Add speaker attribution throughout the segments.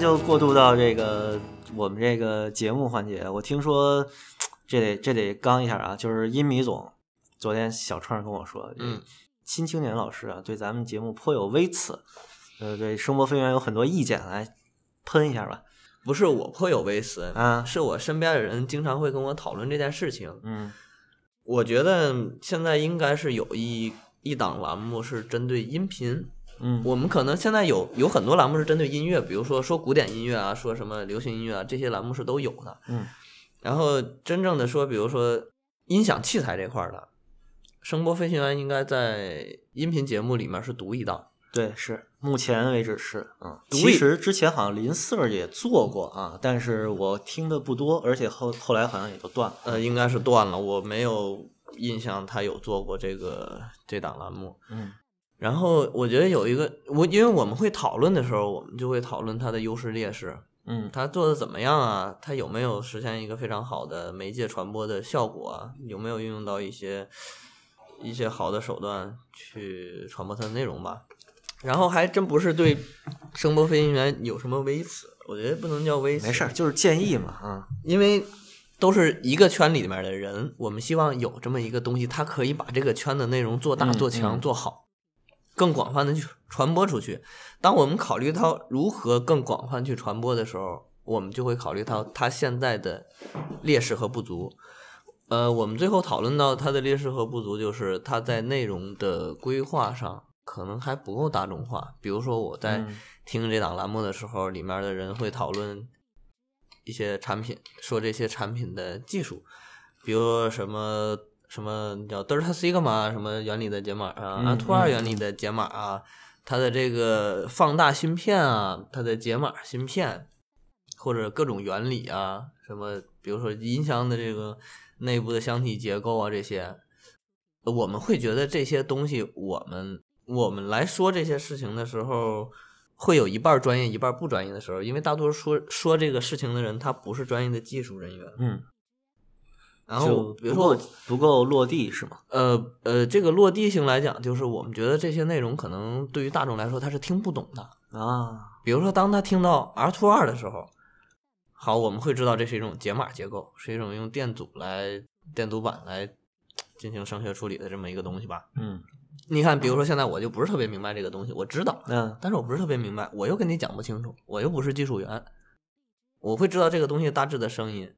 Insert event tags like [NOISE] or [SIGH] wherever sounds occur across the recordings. Speaker 1: 就过渡到这个我们这个节目环节。我听说，这得这得刚一下啊，就是音米总昨天小创跟我说，
Speaker 2: 嗯，
Speaker 1: 新青年老师啊，对咱们节目颇有微词，呃，对声波飞源有很多意见，来喷一下吧。
Speaker 2: 不是我颇有微词，
Speaker 1: 啊，
Speaker 2: 是我身边的人经常会跟我讨论这件事情。
Speaker 1: 嗯
Speaker 2: 我觉得现在应该是有一一档栏目是针对音频，
Speaker 1: 嗯，
Speaker 2: 我们可能现在有有很多栏目是针对音乐，比如说说古典音乐啊，说什么流行音乐啊，这些栏目是都有的。
Speaker 1: 嗯，
Speaker 2: 然后真正的说，比如说音响器材这块儿的，声波飞行员应该在音频节目里面是独一档。
Speaker 1: 对，是目前为止是，嗯，
Speaker 2: 独
Speaker 1: 其
Speaker 2: 立
Speaker 1: 实之前好像林 Sir 也做过啊，但是我听的不多，而且后后来好像也就断了。
Speaker 2: 呃，应该是断了，我没有印象他有做过这个这档栏目。
Speaker 1: 嗯
Speaker 2: 然后我觉得有一个我，因为我们会讨论的时候，我们就会讨论它的优势劣势，
Speaker 1: 嗯
Speaker 2: 它做的怎么样啊？它有没有实现一个非常好的媒介传播的效果啊？有没有运用到一些一些好的手段去传播它的内容吧？然后还真不是对声波飞行员有什么微词，我觉得不能叫微词，
Speaker 1: 没事儿，，就是建议嘛，啊，
Speaker 2: 因为都是一个圈里面的人，我们希望有这么一个东西，它可以把这个圈的内容做大、
Speaker 1: 嗯
Speaker 2: 做强、
Speaker 1: 嗯
Speaker 2: 做好，更广泛的去传播出去。当我们考虑到如何更广泛去传播的时候，我们就会考虑到它现在的劣势和不足。呃，我们最后讨论到它的劣势和不足，就是它在内容的规划上可能还不够大众化。比如说我在
Speaker 1: 嗯
Speaker 2: 听这档栏目的时候，里面的人会讨论一些产品，说这些产品的技术，比如说什么什么叫德尔塔西格玛什么原理的解码啊，
Speaker 1: 嗯
Speaker 2: 阿兔二原理的解码啊，它的这个放大芯片啊，它的解码芯片，或者各种原理啊，什么比如说音箱的这个内部的箱体结构啊这些，我们会觉得这些东西，我们我们来说这些事情的时候，会有一半儿专业一半儿不专业的时候，因为大多数说说这个事情的人，他不是专业的技术人员。
Speaker 1: 嗯，
Speaker 2: 然后
Speaker 1: 就
Speaker 2: 比
Speaker 1: 不
Speaker 2: 如
Speaker 1: 够
Speaker 2: 说我，
Speaker 1: 不够落地是吗？
Speaker 2: 呃呃，这个落地性来讲，就是我们觉得这些内容可能对于大众来说他是听不懂的。
Speaker 1: 啊，
Speaker 2: 比如说，当他听到 R two 二的时候，好，我们会知道这是一种解码结构，是一种用电阻来电阻板来进行声学处理的这么一个东西吧。
Speaker 1: 嗯，
Speaker 2: 你看，比如说现在我就不是特别明白这个东西，我知道，
Speaker 1: 那
Speaker 2: 但是我不是特别明白，我又跟你讲不清楚，我又不是技术员，我会知道这个东西大致的声音。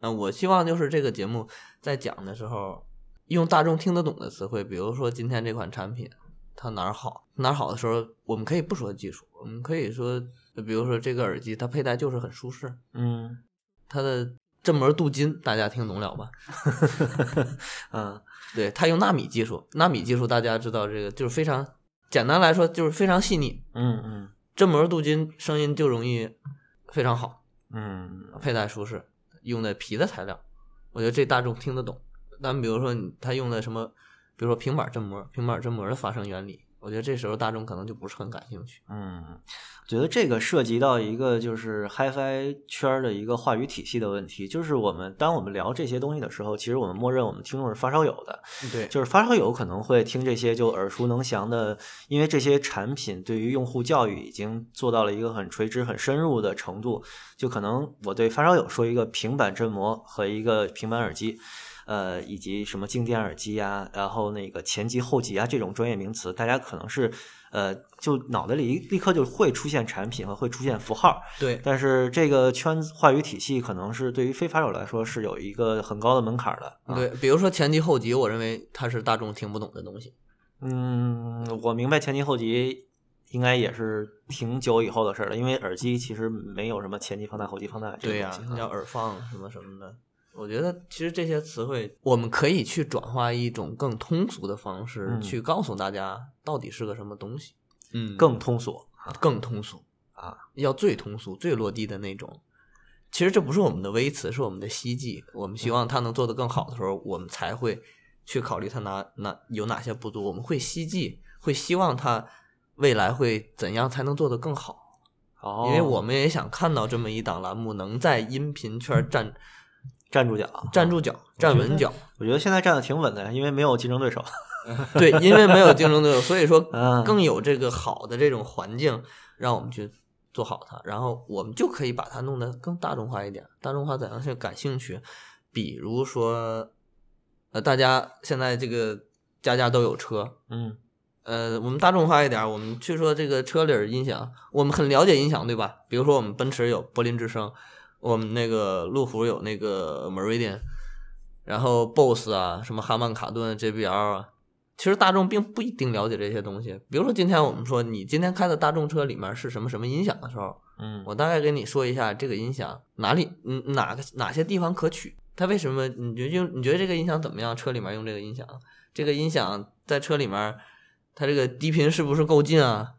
Speaker 2: 嗯、我希望就是这个节目在讲的时候，用大众听得懂的词汇，比如说今天这款产品它哪儿好，哪儿好的时候，我们可以不说技术，我们可以说，呃比如说这个耳机它佩戴就是很舒适，
Speaker 1: 嗯
Speaker 2: 它的振膜镀金，大家听懂了吧？
Speaker 1: 嗯
Speaker 2: 对，它用纳米技术，纳米技术大家知道这个就是非常简单来说就是非常细腻，
Speaker 1: 嗯嗯
Speaker 2: 振膜镀金声音就容易非常好，
Speaker 1: 嗯
Speaker 2: 佩戴舒适，用的皮的材料，我觉得这大众听得懂。但比如说你他用的什么，比如说平板振膜，平板振膜的发声原理，我觉得这时候大众可能就不是很感兴趣。
Speaker 1: 嗯，觉得这个涉及到一个就是 HiFi 圈儿的一个话语体系的问题，就是我们当我们聊这些东西的时候，其实我们默认我们听众是发烧友的，
Speaker 2: 嗯对
Speaker 1: 就是发烧友可能会听这些就耳熟能详的，因为这些产品对于用户教育已经做到了一个很垂直、很深入的程度，就可能我对发烧友说一个平板振膜和一个平板耳机。呃，以及什么静电耳机呀、然后那个前级后级啊这种专业名词，大家可能是呃，就脑袋里立刻就会出现产品和会出现符号，
Speaker 2: 对
Speaker 1: 但是这个圈子话语体系可能是对于非发烧友来说是有一个很高的门槛的。啊、
Speaker 2: 对，比如说前级后级，我认为它是大众听不懂的东西。
Speaker 1: 嗯，我明白前级后级应该也是挺久以后的事儿了，因为耳机其实没有什么前级放大、后级放大这
Speaker 2: 对
Speaker 1: 个
Speaker 2: 呀、
Speaker 1: 东西。
Speaker 2: 叫耳放什么什么的。我觉得其实这些词汇，我们可以去转化一种更通俗的方式、
Speaker 1: 嗯
Speaker 2: 去告诉大家到底是个什么东西。嗯，
Speaker 1: 更通俗。
Speaker 2: 更通俗
Speaker 1: 啊，
Speaker 2: 要最通俗、最落地的那种。其实这不是我们的微词，是我们的希冀。我
Speaker 1: 嗯
Speaker 2: 们希望它能做得更好的时候，我们才会去考虑它哪哪有哪些不足，我们会希冀，会希望它未来会怎样才能做得更好。
Speaker 1: 哦，
Speaker 2: 因为我们也想看到这么一档栏目能在音频圈站
Speaker 1: 站住脚，
Speaker 2: 站住脚、站稳脚。
Speaker 1: 我觉得现在站的挺稳的，因为没有竞争对手。
Speaker 2: 对，因为没有竞争对手，所以说
Speaker 1: 嗯
Speaker 2: 更有这个好的这种环境，让我们去做好它，然后我们就可以把它弄得更大众化一点，大众化怎样去感兴趣？比如说，呃，大家现在这个家家都有车，
Speaker 1: 嗯
Speaker 2: 呃，我们大众化一点，我们去说这个车里儿音响，我们很了解音响，对吧？比如说我们奔驰有柏林之声，我们那个路虎有那个 Meridian，然后 BOSS 啊，什么哈曼卡顿、JBL 啊，其实大众并不一定了解这些东西。比如说今天我们说你今天开的大众车里面是什么什么音响的时候，
Speaker 1: 嗯，
Speaker 2: 我大概跟你说一下这个音响哪里，嗯，哪个哪些地方可取，它为什么？你觉得用你觉得这个音响怎么样？车里面用这个音响，啊这个音响在车里面，它这个低频是不是够劲啊？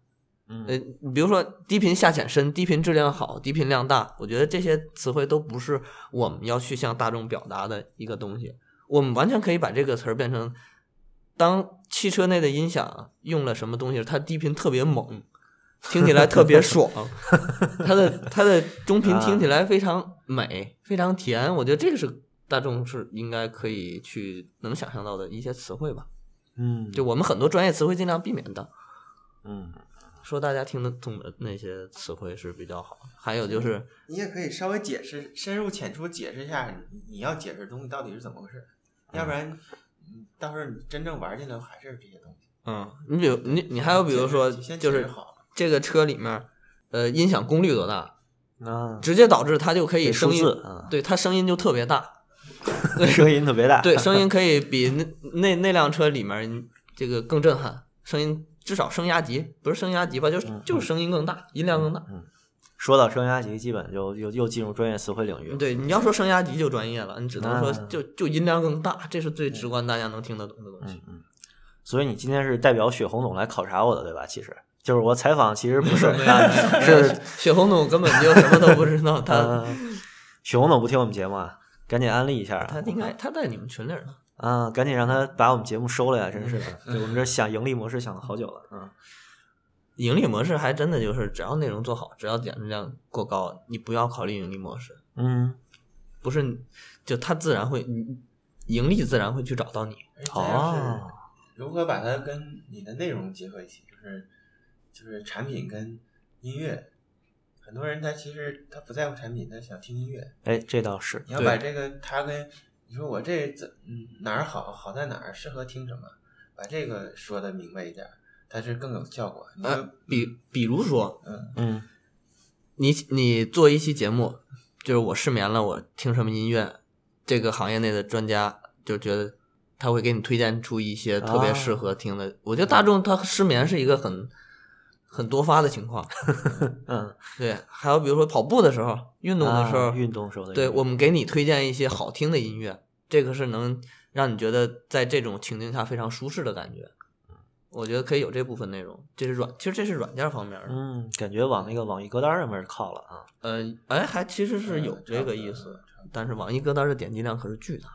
Speaker 1: 嗯
Speaker 2: 呃，你比如说低频下潜深、低频质量好、低频量大，我觉得这些词汇都不是我们要去向大众表达的一个东西。我们完全可以把这个词儿变成，当汽车内的音响用了什么东西，它低频特别猛，听起来特别爽，它的它的中频听起来非常美、非常甜。我觉得这个是大众是应该可以去能想象到的一些词汇吧。
Speaker 1: 嗯，
Speaker 2: 就我们很多专业词汇尽量避免的。
Speaker 1: 嗯
Speaker 2: 说大家听得懂的那些词汇是比较好。还有就是，
Speaker 3: 你也可以稍微解释，深入浅出解释一下你你要解释的东西到底是怎么回事，要不然你到时候你真正玩进来还是这些东西。
Speaker 2: 嗯，你比如你你还有比如说，
Speaker 3: 解释先
Speaker 2: 就
Speaker 3: 解释
Speaker 2: 是
Speaker 3: 好，
Speaker 2: 这个车里面，呃，音响功率多大，
Speaker 1: 啊，
Speaker 2: 直接导致它就可以
Speaker 1: 这数
Speaker 2: 声音
Speaker 1: 字，啊，
Speaker 2: 对它声音就特别大，
Speaker 1: [LAUGHS] 声音特别大，
Speaker 2: 对，声音可以比那那那辆车里面这个更震撼，声音至少声压级不是声压级吧，就是
Speaker 1: 嗯
Speaker 2: 就是声音更大，音量更大。
Speaker 1: 说到声压级，基本就又又进入专业词汇领域。
Speaker 2: 对，你要说声压级就专业了，你只能说
Speaker 1: 嗯
Speaker 2: 就就音量更大，这是最直观大家能听得懂的东西。
Speaker 1: 所以你今天是代表雪红总来考察我的，对吧？其实就是我采访，其实不是，
Speaker 2: 没有
Speaker 1: 啊 [LAUGHS] 是
Speaker 2: 雪红总根本就什么都不
Speaker 1: [LAUGHS]
Speaker 2: 知道，他
Speaker 1: 嗯，雪红总不听我们节目啊，赶紧安利一下啊
Speaker 2: 他应该他在你们群里呢。
Speaker 1: 啊，赶紧让他把我们节目收了呀！真是的，对我们这想盈利模式想了好久了，嗯
Speaker 2: 盈利模式还真的就是，只要内容做好，只要点击量过高，你不要考虑盈利模式，
Speaker 1: 嗯，
Speaker 2: 不是你就他自然会，你盈利自然会去找到你。
Speaker 3: 而且再要是
Speaker 1: 哦，
Speaker 3: 如何把它跟你的内容结合一起，就是就是产品跟音乐。很多人他其实他不在乎产品，他想听音乐。
Speaker 1: 哎，这倒是，
Speaker 3: 你要把这个他跟你说我这怎嗯哪儿好，好在哪儿，适合听什么，把这个说的明白一点儿，它是更有效果。你
Speaker 2: 呃
Speaker 3: 说，
Speaker 2: 比比如说，
Speaker 1: 嗯
Speaker 2: 你你做一期节目，就是我失眠了，我听什么音乐，这个行业内的专家就觉得他会给你推荐出一些特别适合听的。我觉得大众他失眠是一个很很多发的情况，
Speaker 1: 嗯，
Speaker 2: 对，还有比如说跑步的时候、运动的时候，
Speaker 1: 啊运动时候的
Speaker 2: 对
Speaker 1: 音乐
Speaker 2: 我们给你推荐一些好听的音乐，这个是能让你觉得在这种情境下非常舒适的感觉。我觉得可以有这部分内容，这是软，其实这是软件方面的。
Speaker 1: 嗯，感觉往那个网易歌单上面靠了啊
Speaker 2: 嗯、呃，哎，还其实是有
Speaker 3: 嗯
Speaker 2: 这个意思，但是网易歌单的点击量可是巨大，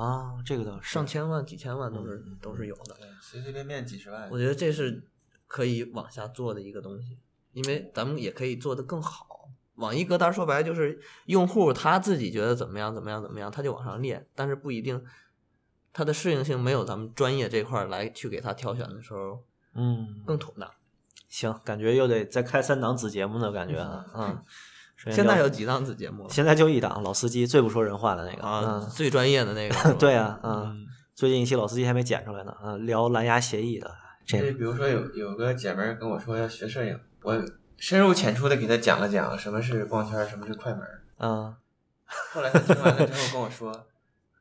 Speaker 1: 啊，这个倒是
Speaker 2: 上千万、几千万都是都是有的。
Speaker 3: 对，随随便便几十万
Speaker 2: 我，觉得这是可以往下做的一个东西，因为咱们也可以做得更好。网易歌单说白了就是用户他自己觉得怎么样怎么样怎么样，他就往上列，但是不一定它的适应性没有咱们专业这块儿来去给他挑选的时候
Speaker 1: 嗯，
Speaker 2: 更妥当。
Speaker 1: 行，感觉又得再开三档子节目呢，感觉啊，嗯，首先
Speaker 2: 现在
Speaker 1: 就
Speaker 2: 有几档子节目了
Speaker 1: 现在就一档老司机最不说人话的那个
Speaker 2: 啊，
Speaker 1: 嗯
Speaker 2: 最专业的那个是吧
Speaker 1: [LAUGHS] 对啊嗯
Speaker 2: 嗯
Speaker 1: 最近一期老司机还没剪出来呢啊，聊蓝牙协议的这
Speaker 3: 就是
Speaker 1: 个
Speaker 3: 比如说有有个姐们儿跟我说要学摄影，我深入浅出的给她讲了讲什么是光圈，什么是快门。
Speaker 1: 嗯
Speaker 3: 后来她听完了之后跟我说：“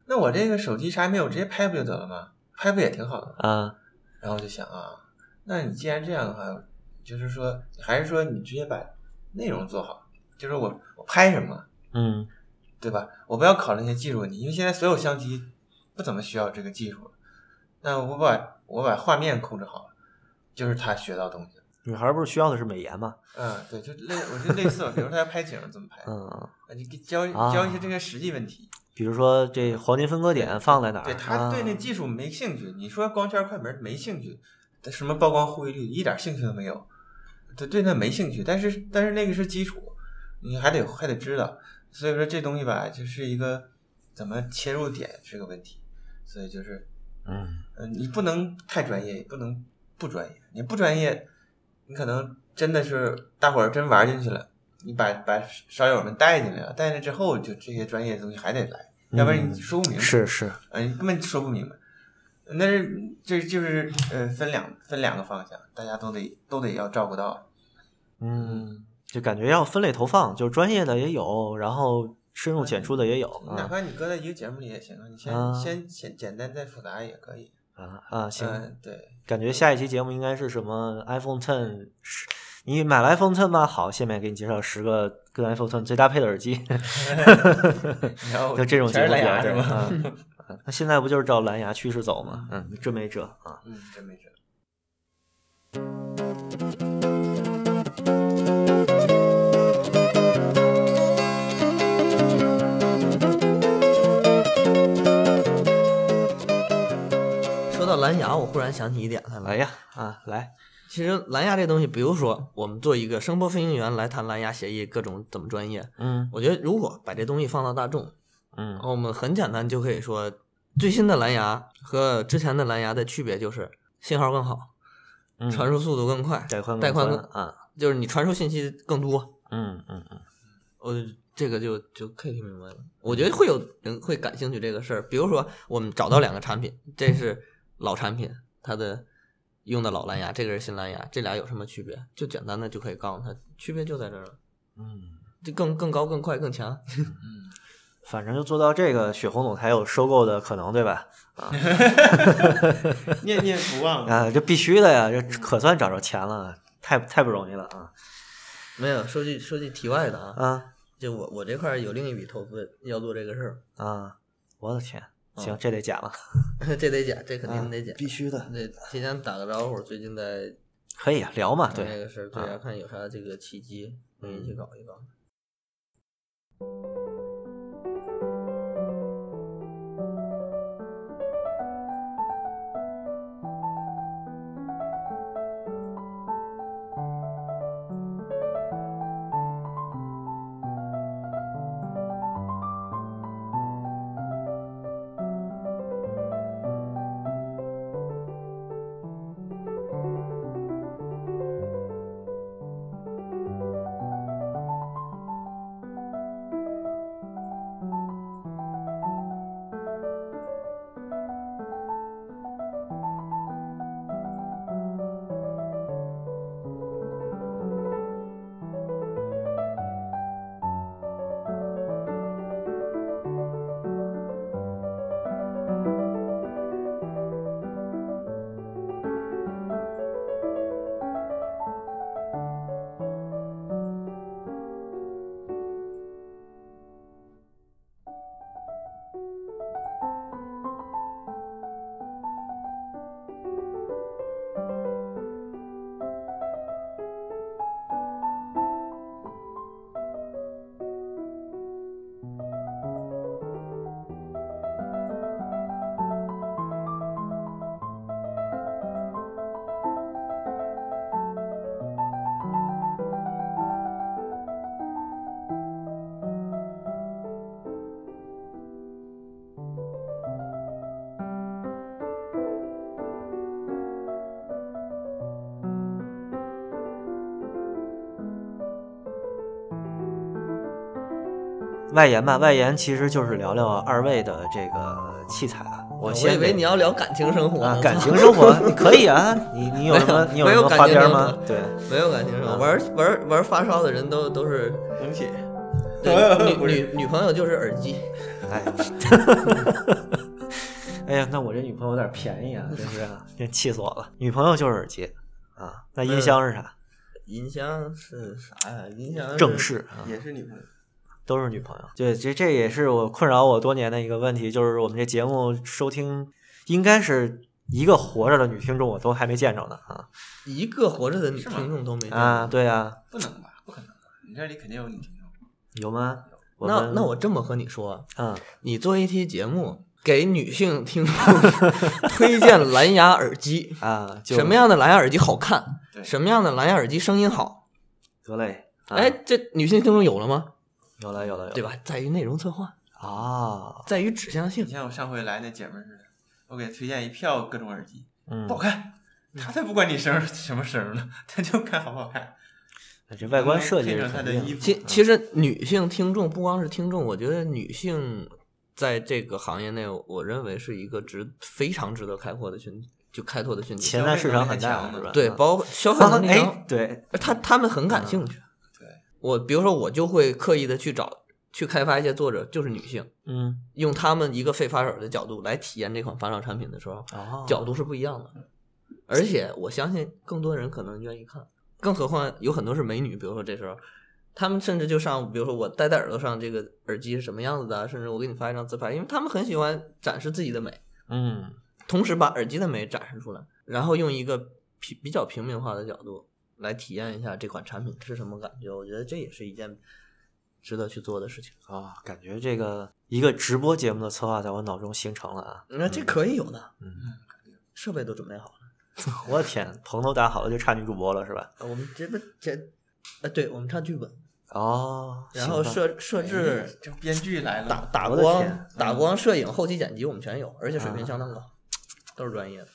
Speaker 3: 那我这个手机啥也没有，直接拍不就得了吗？拍不也挺好的吗
Speaker 1: 啊？”
Speaker 3: 然后我就想啊，那你既然这样的话，就是说还是说你直接把内容做好，就是我我拍什么，
Speaker 1: 嗯
Speaker 3: 对吧？我不要考虑那些技术问题，因为现在所有相机不怎么需要这个技术了。那我把我把画面控制好了，就是她学到东西了。
Speaker 1: 女孩不是需要的是美颜吗？
Speaker 3: 嗯，对，就类，我觉得类似吧。比如说他要拍景儿怎么拍，
Speaker 1: 嗯，
Speaker 3: 啊你给教
Speaker 1: 啊
Speaker 3: 教一些这个实际问题。
Speaker 1: 比如说这黄金分割点放在哪儿？
Speaker 3: 对他对那
Speaker 1: 啊
Speaker 3: 技术没兴趣，你说光圈快门没兴趣，什么曝光护翼率一点兴趣都没有，对对那没兴趣。但是但是那个是基础，你还得还得知道。所以说这东西吧，就是一个怎么切入点是个问题。所以就是，呃
Speaker 1: 嗯
Speaker 3: 嗯，你不能太专业，也不能不专业。你不专业，你可能真的是大伙儿真玩进去了，你把把烧友们带进来了，带进来之后，就这些专业的东西还得来，要不然你说不明白。
Speaker 1: 是是，
Speaker 3: 嗯，你根本说不明白。但是这就是呃，分两分两个方向，大家都得都得要照顾到。
Speaker 1: 嗯，就感觉要分类投放，就是专业的也有，然后深入浅出的也有
Speaker 3: 哪
Speaker 1: 啊
Speaker 3: 怕你搁在一个节目里也行啊，你先、
Speaker 1: 啊
Speaker 3: 先简简单再复杂也可以。
Speaker 1: 啊啊！行，
Speaker 3: 嗯，对，
Speaker 1: 感觉下一期节目应该是什么 iPhone Ten 十？你买了 iPhone Ten 吗？好，下面给你介绍十个跟 iPhone Ten 最搭配的耳机，
Speaker 3: 然后
Speaker 1: 就这种节目
Speaker 3: 哦全是
Speaker 1: 比
Speaker 3: 蓝
Speaker 1: 较
Speaker 3: 牙
Speaker 1: 对
Speaker 3: 是吗？
Speaker 1: 啊。
Speaker 3: [LAUGHS]
Speaker 1: 啊那现在不就是照蓝牙趋势走吗？嗯，这没辙啊。
Speaker 3: 嗯，真没辙。
Speaker 2: 说到蓝牙，我忽然想起一点来了。
Speaker 1: 来呀啊，来，
Speaker 2: 其实蓝牙这东西，比如说我们做一个声波飞行员来谈蓝牙协议，各种怎么专业，
Speaker 1: 嗯
Speaker 2: 我觉得如果把这东西放到大众，
Speaker 1: 嗯
Speaker 2: 然
Speaker 3: 哦
Speaker 2: 后我们很简单就可以说，最新的蓝牙和之前的蓝牙的区别就是信号更好，
Speaker 1: 嗯，
Speaker 2: 传输速度更快，
Speaker 1: 带宽
Speaker 2: 带宽
Speaker 1: 更
Speaker 2: 更
Speaker 1: 宽啊，
Speaker 2: 就是你传输信息更多。
Speaker 1: 嗯嗯嗯
Speaker 2: 我这个就就可以听明白了。我觉得会有人会感兴趣这个事儿。比如说，我们找到两个产品，这是老产品，它的用的老蓝牙，这个是新蓝牙，这俩有什么区别？就简单的就可以告诉他，区别就在这儿了，
Speaker 1: 嗯，
Speaker 2: 就更更高、更快、更强。
Speaker 1: 反正就做到这个，雪红总才有收购的可能，对吧？
Speaker 3: 念念不忘。
Speaker 1: 啊，这必须的呀，这
Speaker 2: 嗯
Speaker 1: 可算找着钱了，太太不容易了啊
Speaker 2: 没有，说句说句题外的啊，
Speaker 1: 啊
Speaker 2: 就我我这块儿有另一笔投资要做这个事儿。
Speaker 1: 啊！我的天，行，这得剪了，
Speaker 2: [LAUGHS]
Speaker 1: 啊
Speaker 2: 这得剪，嗯这肯定得剪，
Speaker 1: 必须的，
Speaker 2: 得提前打个招呼。最近在
Speaker 1: 可以啊，聊嘛，
Speaker 2: 搞这
Speaker 1: 对，
Speaker 2: 个事儿，对
Speaker 1: 啊
Speaker 2: 呀，看有啥这个契机，我们一起搞一搞。
Speaker 1: 外延吧，外延其实就是聊聊二位的这个器材啊。我
Speaker 2: 我
Speaker 1: 先
Speaker 2: 以为
Speaker 1: 给
Speaker 2: 你要聊感情生活
Speaker 1: 啊
Speaker 2: 呢，
Speaker 1: 感情生活，你可以啊，你你有什么你有
Speaker 2: 没
Speaker 1: 什
Speaker 2: 有
Speaker 1: 么
Speaker 2: 感
Speaker 1: 花
Speaker 2: 情
Speaker 1: 边
Speaker 2: 生
Speaker 1: 吗
Speaker 2: 活？
Speaker 1: 对，
Speaker 2: [LAUGHS] 没有感情
Speaker 1: 啊
Speaker 2: 生活，玩玩玩发烧的人都都是
Speaker 3: 能写。
Speaker 1: [LAUGHS]
Speaker 2: 对
Speaker 3: 不
Speaker 2: 女
Speaker 3: 是
Speaker 2: 女女朋友就是耳机，
Speaker 1: 哎，
Speaker 2: [LAUGHS]
Speaker 1: 哎呀，那我这女朋友有点便宜啊，真是啊，真气死我了。女朋友就是耳机啊，那音箱是啥？
Speaker 2: 音箱是啥呀？音箱是
Speaker 1: 正式啊，
Speaker 3: 也是女朋友。
Speaker 1: 都是女朋友。对，这这也是我困扰我多年的一个问题，就是我们这节目收听应该是一个活着的女听众，我都还没见着呢啊
Speaker 2: 一个活着的女
Speaker 3: 是吗
Speaker 2: 听众都没见过
Speaker 1: 啊，。对啊，
Speaker 3: 不能吧？不可能，你这里肯定有你听众。
Speaker 1: 有吗？我
Speaker 2: 那
Speaker 1: 们
Speaker 2: 那我这么和你说，
Speaker 1: 嗯，
Speaker 2: 你做一期节目给女性听众 [LAUGHS] 推荐蓝牙耳机，
Speaker 1: 啊，就
Speaker 2: 什么样的蓝牙耳机好看？
Speaker 3: 对
Speaker 2: 什么样的蓝牙耳机声音好？
Speaker 1: 得嘞？啊
Speaker 2: 哎，，这女性听众有了吗？
Speaker 1: 有了有了有了，
Speaker 2: 对吧？在于内容策划，
Speaker 1: 啊，
Speaker 2: 在于指向
Speaker 3: 你
Speaker 2: 性。
Speaker 3: 像我上回来那姐们儿似的，我给推荐一票各种耳机，
Speaker 1: 嗯
Speaker 3: 不好看，他才不管你声什么声呢，他就看好不好看。
Speaker 1: 这外观设计
Speaker 3: 配
Speaker 1: 是
Speaker 3: 上他
Speaker 1: 肯
Speaker 3: 的
Speaker 1: 定
Speaker 3: 衣
Speaker 1: 的。
Speaker 3: 服，
Speaker 2: 其
Speaker 3: 嗯
Speaker 2: 其实女性听众不光是听众，我觉得女性在这个行业内，我认为是一个值非常值得开拓的群，就开拓的群体。
Speaker 1: 潜在市场很大，
Speaker 3: 消费能力很强
Speaker 1: 是吧？
Speaker 2: 对，
Speaker 1: 嗯
Speaker 2: 包括消费能力强，
Speaker 1: 哎，嗯对，
Speaker 2: 他他们很感兴趣。
Speaker 3: 对，
Speaker 2: 我比如说我就会刻意的去找去开发一些作者就是女性，
Speaker 1: 嗯，
Speaker 2: 用他们一个废发手的角度来体验这款发烧产品的时候，
Speaker 1: 哦，
Speaker 2: 角度是不一样的。而且我相信更多人可能愿意看，更何况有很多是美女，比如说这时候，她们甚至就上，比如说我戴在耳朵上这个耳机是什么样子的啊，甚至我给你发一张自拍，因为她们很喜欢展示自己的美，
Speaker 1: 嗯，
Speaker 2: 同时把耳机的美展示出来，然后用一个平比较平民化的角度来体验一下这款产品是什么感觉，我觉得这也是一件值得去做的事情。
Speaker 1: 啊、感觉这个一个直播节目的策划在我脑中形成了啊！
Speaker 2: 那这可以有的，
Speaker 1: 嗯，
Speaker 2: 设备都准备好了，
Speaker 1: 我的天，棚都打好了，就差女主播了是吧？
Speaker 2: 啊我们这不这，呃，对我们唱剧本，
Speaker 1: 哦，
Speaker 2: 然
Speaker 1: 行
Speaker 2: 后
Speaker 1: 吧嗯
Speaker 2: 设设置
Speaker 3: 哎这编剧来了，
Speaker 2: 打打
Speaker 1: 我的
Speaker 2: 光
Speaker 1: 天、嗯
Speaker 2: 打光、摄影、后期剪辑我们全有，而且水平
Speaker 1: 啊
Speaker 2: 相当高，都是专业的。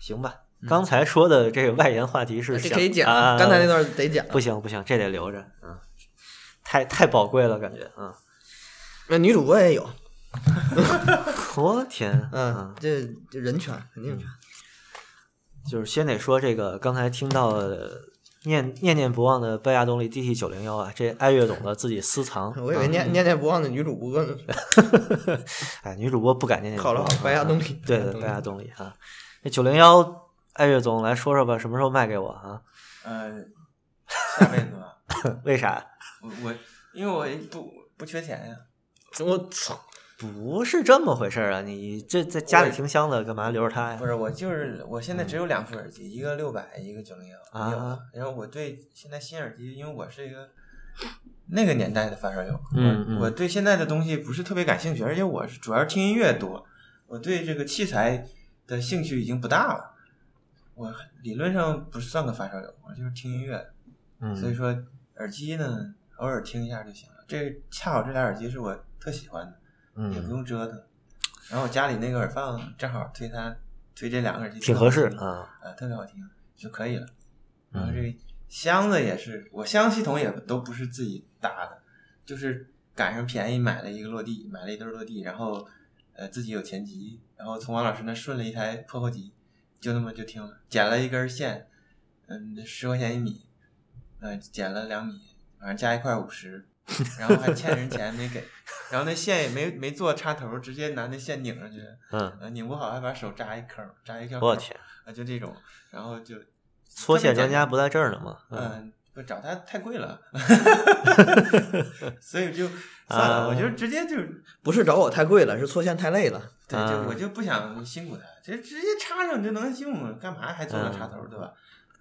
Speaker 1: 行吧。刚才说的这个外延话题是
Speaker 2: 哎这
Speaker 1: 想
Speaker 2: 可以剪嗯啊，
Speaker 1: 啊，
Speaker 2: 刚才那段得剪啊。
Speaker 1: 不行不行，这得留着，嗯，太太宝贵了，感觉，嗯，
Speaker 2: 那女主播也有，
Speaker 1: 我天，
Speaker 2: 嗯，这这人权肯
Speaker 1: 嗯
Speaker 2: 定权。，
Speaker 1: 就是先得说这个，刚才听到呃念念念不忘的拜亚动力 DT 九零幺啊，这爱乐懂的自己私藏啊
Speaker 2: 我以为
Speaker 1: 嗯
Speaker 2: 念念念不忘的女主播呢。
Speaker 1: 哎，女主播不敢念念不
Speaker 2: 好
Speaker 1: 忘
Speaker 2: 了
Speaker 1: 啊。
Speaker 2: 好了，白牙动力。
Speaker 1: 对对，拜亚动力啊，这九零幺，爱乐总来说说吧，什么时候卖给我啊？
Speaker 3: 呃，下辈子吧， [LAUGHS]
Speaker 1: 为啥？
Speaker 3: 我我因为我也不不缺钱呀，
Speaker 2: 我操！
Speaker 1: 不是这么回事儿啊！你这在家里
Speaker 3: 我
Speaker 1: 挺香的，干嘛留着它呀
Speaker 3: 不？是我就是我现在只有两副耳机，一个六百，一个九零幺，没有了
Speaker 1: 啊。
Speaker 3: 然后我对现在新耳机，因为我是一个那个年代的发烧友，
Speaker 1: 嗯嗯
Speaker 3: 我我对现在的东西不是特别感兴趣，而且我是主要是听音乐多，我对这个器材的兴趣已经不大了。我理论上不算个发烧友，我就是听音乐，所以
Speaker 1: 嗯，
Speaker 3: 说耳机呢偶尔听一下就行了。这恰好这俩耳机是我特喜欢的。也不
Speaker 1: 嗯，
Speaker 3: 用折腾。然后我家里那个耳放正好推它推这两个耳机，
Speaker 1: 挺合适
Speaker 3: 特别好听
Speaker 1: 啊。
Speaker 3: 啊，特别好听就可以了。然
Speaker 1: 嗯
Speaker 3: 后啊这个箱子也是，我箱系统也都不是自己搭的，就是赶上便宜买了一个落地，买了一对落地，然后呃自己有前级，然后从王老师那顺了一台破后级，就那么就听了，剪了一根线，嗯，十块钱一米，呃，剪了两米，反正加一块五十，然后还欠人钱没给，然后那线也没没做插头，直接拿那线拧上去，
Speaker 1: 嗯，
Speaker 3: 呃，拧不好还把手扎一坑，扎一条
Speaker 1: 我
Speaker 3: 口
Speaker 1: 天，
Speaker 3: 啊，就这种，然后就
Speaker 1: 搓线专家不在这儿呢吗？嗯
Speaker 3: 嗯，不找他太贵
Speaker 1: [LAUGHS]
Speaker 3: 了，所以就算了，
Speaker 1: 啊
Speaker 3: 我就直接就
Speaker 2: 不是找我太贵了，是搓线太累了。
Speaker 3: 对，
Speaker 1: 啊
Speaker 3: 就我就不想辛苦他，就直接插上就能用了，干嘛还做个
Speaker 1: 嗯
Speaker 3: 插头，对吧？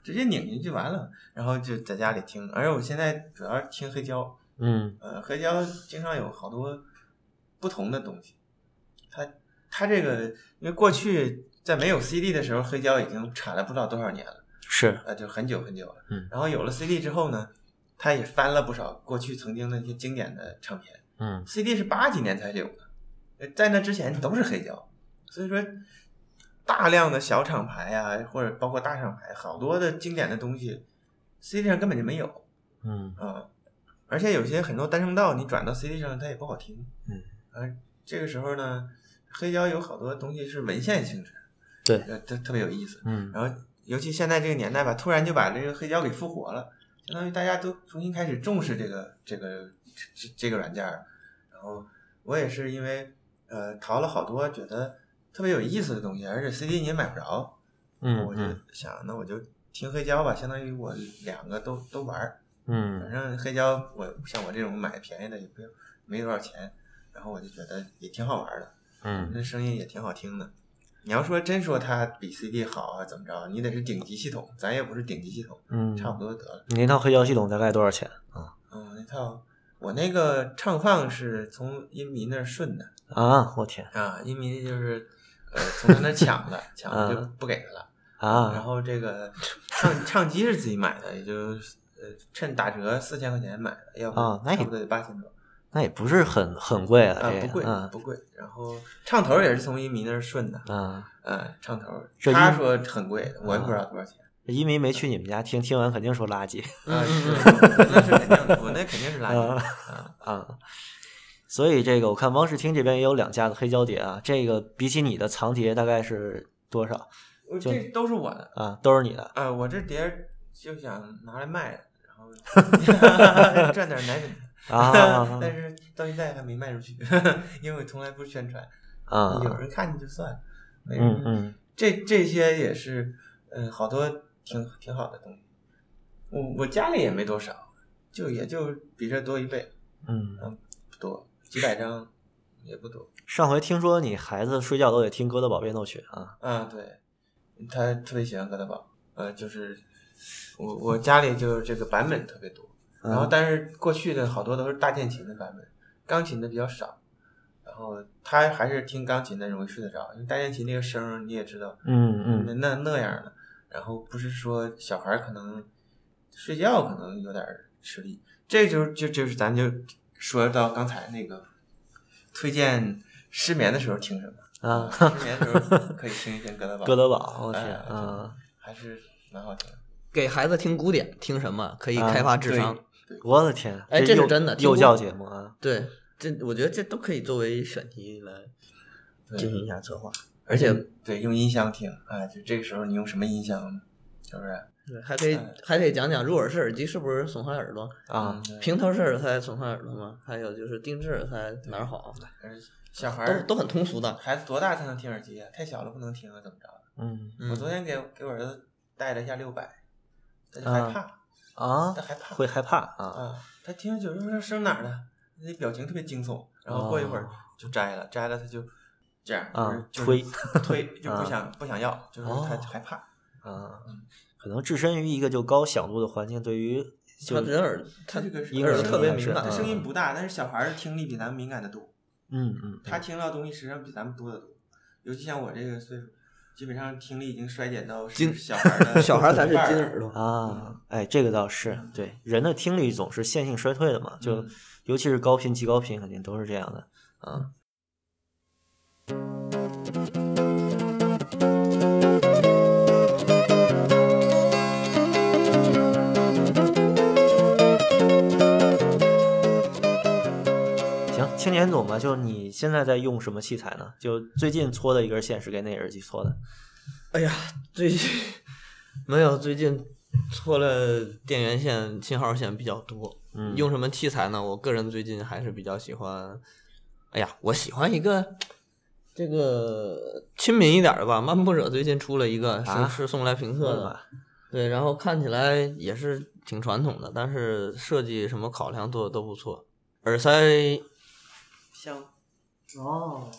Speaker 3: 直接拧进去完了，然后就在家里听，而且我现在主要听黑胶，
Speaker 1: 嗯
Speaker 3: 呃，黑胶经常有好多不同的东西，它它这个因为过去在没有 CD 的时候，黑胶已经产了不知道多少年了。
Speaker 1: 是，
Speaker 3: 呃，就很久很久了。
Speaker 1: 嗯
Speaker 3: 然后有了 CD 之后呢，他也翻了不少过去曾经的一些经典的唱片。
Speaker 1: 嗯
Speaker 3: CD 是八几年才有的，呃在那之前都是黑胶，所以说大量的小厂牌啊，或者包括大厂牌，好多的经典的东西，CD 上根本就没有
Speaker 1: 嗯
Speaker 3: 啊、而且有些很多单声道，你转到 CD 上它也不好听。
Speaker 1: 嗯，
Speaker 3: 而这个时候呢，黑胶有好多东西是文献性质，
Speaker 1: 对
Speaker 3: 呃，特特别有意思。
Speaker 1: 嗯
Speaker 3: 然后尤其现在这个年代吧，突然就把这个黑胶给复活了，相当于大家都重新开始重视这个这个这这个软件儿。然后我也是因为呃淘了好多觉得特别有意思的东西，而且 CD 你也买不着，我
Speaker 1: 嗯
Speaker 3: 就
Speaker 1: 嗯
Speaker 3: 想那我就听黑胶吧，相当于我两个都都玩儿。反
Speaker 1: 嗯
Speaker 3: 正黑胶我像我这种买便宜的也不没多少钱，然后我就觉得也挺好玩儿的。
Speaker 1: 嗯，
Speaker 3: 那声音也挺好听的。你要说真说它比 CD 好啊，怎么着？你得是顶级系统，咱也不是顶级系统，
Speaker 1: 嗯，
Speaker 3: 差不多得了。
Speaker 1: 你那套黑胶系统大概多少钱啊？
Speaker 3: 嗯，那套我那个唱放是从音迷那儿顺的
Speaker 1: 啊，我天
Speaker 3: 啊，音迷就是呃从他那儿抢的，抢了就不给他了。然
Speaker 1: 啊，
Speaker 3: 后这个唱唱机是自己买的，也就呃趁打折四千块钱买的，要不
Speaker 1: 啊那也
Speaker 3: 差不多得八千多。
Speaker 1: 那也不是很很贵啊，
Speaker 3: 啊
Speaker 1: 这个
Speaker 3: 不贵
Speaker 1: 嗯
Speaker 3: 不贵。然后唱头也是从一米那儿顺的，
Speaker 1: 嗯，
Speaker 3: 嗯，唱头
Speaker 1: 这
Speaker 3: 他
Speaker 1: 一
Speaker 3: 说很贵，我也不知道多少钱。
Speaker 1: 一鸣没去你们家听，听完肯定说垃圾。
Speaker 3: 啊，是，那是肯定的，我那肯定是垃圾。啊，
Speaker 1: 嗯啊。所以这个我看汪世听这边也有两架的黑胶碟啊，这个比起你的藏碟大概是多少
Speaker 3: 我这都是我的
Speaker 1: 啊？都是你的，
Speaker 3: 啊，我这碟儿就想拿来卖的，然
Speaker 1: [LAUGHS]
Speaker 3: 后赚点奶粉钱。
Speaker 1: 啊
Speaker 3: [LAUGHS] 但是到现在还没卖出去， [LAUGHS] 因为我从来不宣传，
Speaker 1: 啊，
Speaker 3: 有人看见就算了，没
Speaker 1: 嗯
Speaker 3: 人。
Speaker 1: 嗯
Speaker 3: 这这些也是，嗯，好多挺挺好的东西。我我家里也没多少，就也就比这多一倍，
Speaker 1: 嗯。
Speaker 3: 不多，几百张也不多。
Speaker 1: 上回听说你孩子睡觉都得听《哥德堡变奏曲》啊，
Speaker 3: 啊，对，他特别喜欢哥德堡，呃，就是我我家里就是这个版本特别多，然后
Speaker 1: 嗯
Speaker 3: 但是过去的好多都是大键琴的版本，钢琴的比较少，然后他还是听钢琴的容易睡得着，因为大键琴那个声儿你也知道，
Speaker 1: 嗯
Speaker 3: 那
Speaker 1: 嗯
Speaker 3: 那那样的，然后不是说小孩儿可能睡觉可能有点儿吃力，这就是就就是咱就说到刚才那个推荐失眠的时候听什么。
Speaker 1: 啊，
Speaker 3: 失嗯眠的时候可以听一听哥德堡。
Speaker 1: 哥德堡，我
Speaker 3: 哎
Speaker 1: 天啊！，
Speaker 3: 还是蛮好听的。
Speaker 2: 给孩子听古典，听什么可以
Speaker 1: 啊
Speaker 2: 开发智商？
Speaker 1: 我的天，
Speaker 2: 哎这是
Speaker 1: 幼
Speaker 2: 真的听
Speaker 1: 幼
Speaker 2: 过
Speaker 1: 教节目啊，
Speaker 2: 对，这我觉得这都可以作为选题来
Speaker 3: 对
Speaker 2: 进行一下策划，而且
Speaker 1: 嗯
Speaker 3: 对，用音箱听啊，就这个时候你用什么音箱，是不是？
Speaker 2: 对还可以还可以讲讲入耳式耳机是不是损坏耳朵，
Speaker 1: 啊，
Speaker 3: 嗯，
Speaker 2: 平头式耳塞损坏耳朵吗？还有就是定制耳塞哪儿好？
Speaker 3: 对小孩
Speaker 2: 都
Speaker 3: 儿
Speaker 2: 都很通俗的。
Speaker 3: 孩子多大才能听耳机啊？太小了不能听啊，怎么着？
Speaker 1: 嗯
Speaker 2: 嗯
Speaker 3: 我昨天给给我儿子带了一下六百，他就害怕，
Speaker 1: 啊
Speaker 3: 他，害怕
Speaker 1: 会害怕啊，
Speaker 3: 啊，他听着九声声哪儿的，那表情特别惊悚，然后过一会儿就摘了，摘了他就这样，
Speaker 1: 哦啊
Speaker 3: 就是就是推就不想不想要，就是他
Speaker 1: 哦
Speaker 3: 害怕。
Speaker 1: 啊，可能置身于一个就高响度的环境，对于
Speaker 2: 他
Speaker 1: 就
Speaker 2: 人耳，他
Speaker 3: 他这个是
Speaker 1: 婴
Speaker 2: 耳
Speaker 1: 儿
Speaker 2: 朵特别
Speaker 1: 还是
Speaker 2: 敏感嗯
Speaker 1: 啊
Speaker 3: 声音不大，但是小孩儿听力比咱们敏感的多，
Speaker 1: 嗯嗯，
Speaker 3: 他听到东西实际上比咱们多得多。尤其像我这个岁数，基本上听力已经衰减到
Speaker 2: 金
Speaker 3: 是小孩儿
Speaker 2: [LAUGHS]
Speaker 3: 的
Speaker 2: 小孩才
Speaker 3: 才
Speaker 2: 是金耳朵。
Speaker 1: 啊，哎，这个倒是
Speaker 2: 嗯
Speaker 1: 对人的听力总是线性衰退的嘛，就
Speaker 3: 嗯
Speaker 1: 尤其是高频、极高频，肯定都是这样的
Speaker 2: 嗯
Speaker 1: 啊。行，青年总吧，就你现在在用什么器材呢？就最近搓的一根线是给哪耳机搓的？
Speaker 2: 哎呀，最近没有，最近搓了电源线、信号线比较多。
Speaker 1: 嗯
Speaker 2: 用什么器材呢？我个人最近还是比较喜欢，哎呀，我喜欢一个这个亲民一点的吧。漫步者最近出了一个，是、
Speaker 1: 啊
Speaker 2: 是送来评测的，对，然后看起来也是挺传统的，但是设计什么考量做的都不错。耳塞
Speaker 3: 像
Speaker 1: 哦，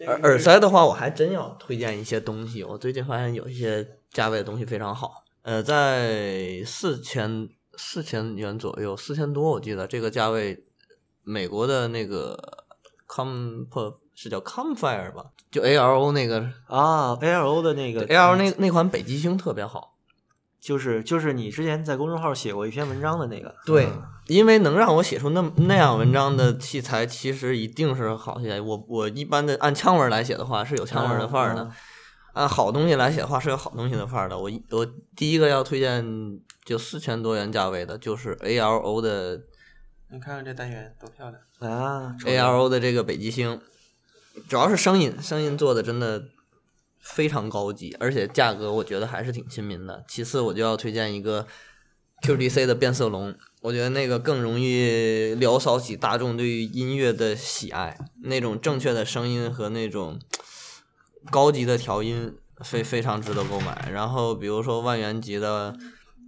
Speaker 3: 嗯
Speaker 2: 耳耳塞的话，我还真要推荐一些东西。我最近发现有一些价位的东西非常好，呃，在四千四千元左右，四千多我记得这个价位，美国的那个 Comp 是叫 Comfire 吧，就 ALO 那个
Speaker 1: 啊，ALO 的那个
Speaker 2: ALO 那那款北极星特别好，
Speaker 1: 就是就是你之前在公众号写过一篇文章的那个，
Speaker 2: 对
Speaker 1: 嗯，
Speaker 2: 因为能让我写出那那样文章的器材，其实一定是好器材。我我一般的按腔文来写的话，是有腔文的范儿的；
Speaker 1: 嗯嗯
Speaker 2: 按好东西来写的话，是有好东西的范儿的。我一我第一个要推荐就四千多元价位的，就是 A L O 的
Speaker 3: 你看看这单元多漂亮，
Speaker 1: 啊
Speaker 2: A L O 的这个北极星，主要是声音，声音做的真的非常高级，而且价格我觉得还是挺亲民的。其次，我就要推荐一个 Q D C 的变色龙，我觉得那个更容易撩骚起大众对于音乐的喜爱，那种正确的声音和那种高级的调音非非常值得购买。然后，比如说万元级的，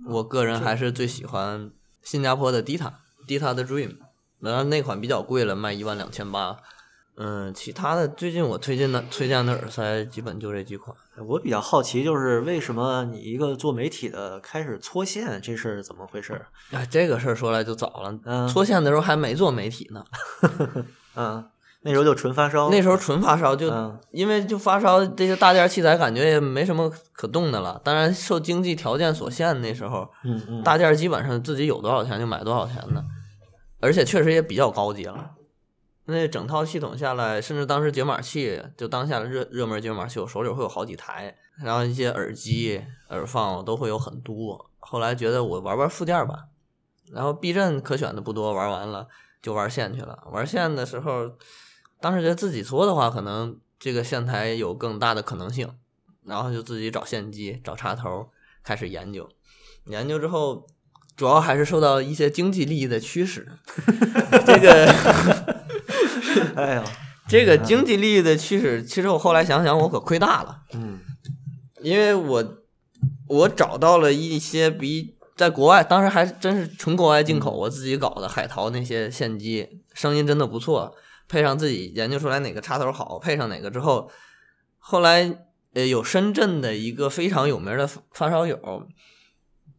Speaker 2: 我个人还是最喜欢新加坡的 Dita Dita 的 Dream。然后那款比较贵了，卖一万两千八。嗯，其他的最近我推荐的推荐的耳塞基本就这几款。
Speaker 1: 我比较好奇，就是为什么你一个做媒体的开始搓线，这是怎么回事？
Speaker 2: 哎，这个事儿说来就早了，
Speaker 1: 嗯
Speaker 2: 搓线的时候还没做媒体呢，
Speaker 1: 啊，那时候就纯发烧，
Speaker 2: 那时候纯发烧就，
Speaker 1: 哦嗯
Speaker 2: 因为就发烧这些大件器材感觉也没什么可动的了。当然受经济条件所限，那时候
Speaker 1: 嗯嗯
Speaker 2: 大件基本上自己有多少钱就买多少钱的。而且确实也比较高级了。那整套系统下来，甚至当时解码器就当下的热热门解码器，我手里会有好几台，然后一些耳机、耳放我都会有很多。后来觉得我玩玩附件吧，然后避震可选的不多，玩完了就玩线去了。玩线的时候，当时觉得自己做的话，可能这个线台有更大的可能性，然后就自己找线机、找插头，开始研究。研究之后，主要还是受到一些经济利益的驱使。 [LAUGHS] 这个
Speaker 1: 哎呀，
Speaker 2: 这个经济利益的驱使，其实我后来想想，我可亏大了。
Speaker 1: 嗯
Speaker 2: 因为我我找到了一些比在国外，当时还真是纯国外进口，我自己搞的海淘那些线机，声音真的不错，配上自己研究出来哪个插头好，配上哪个之后，后来呃有深圳的一个非常有名的发烧友，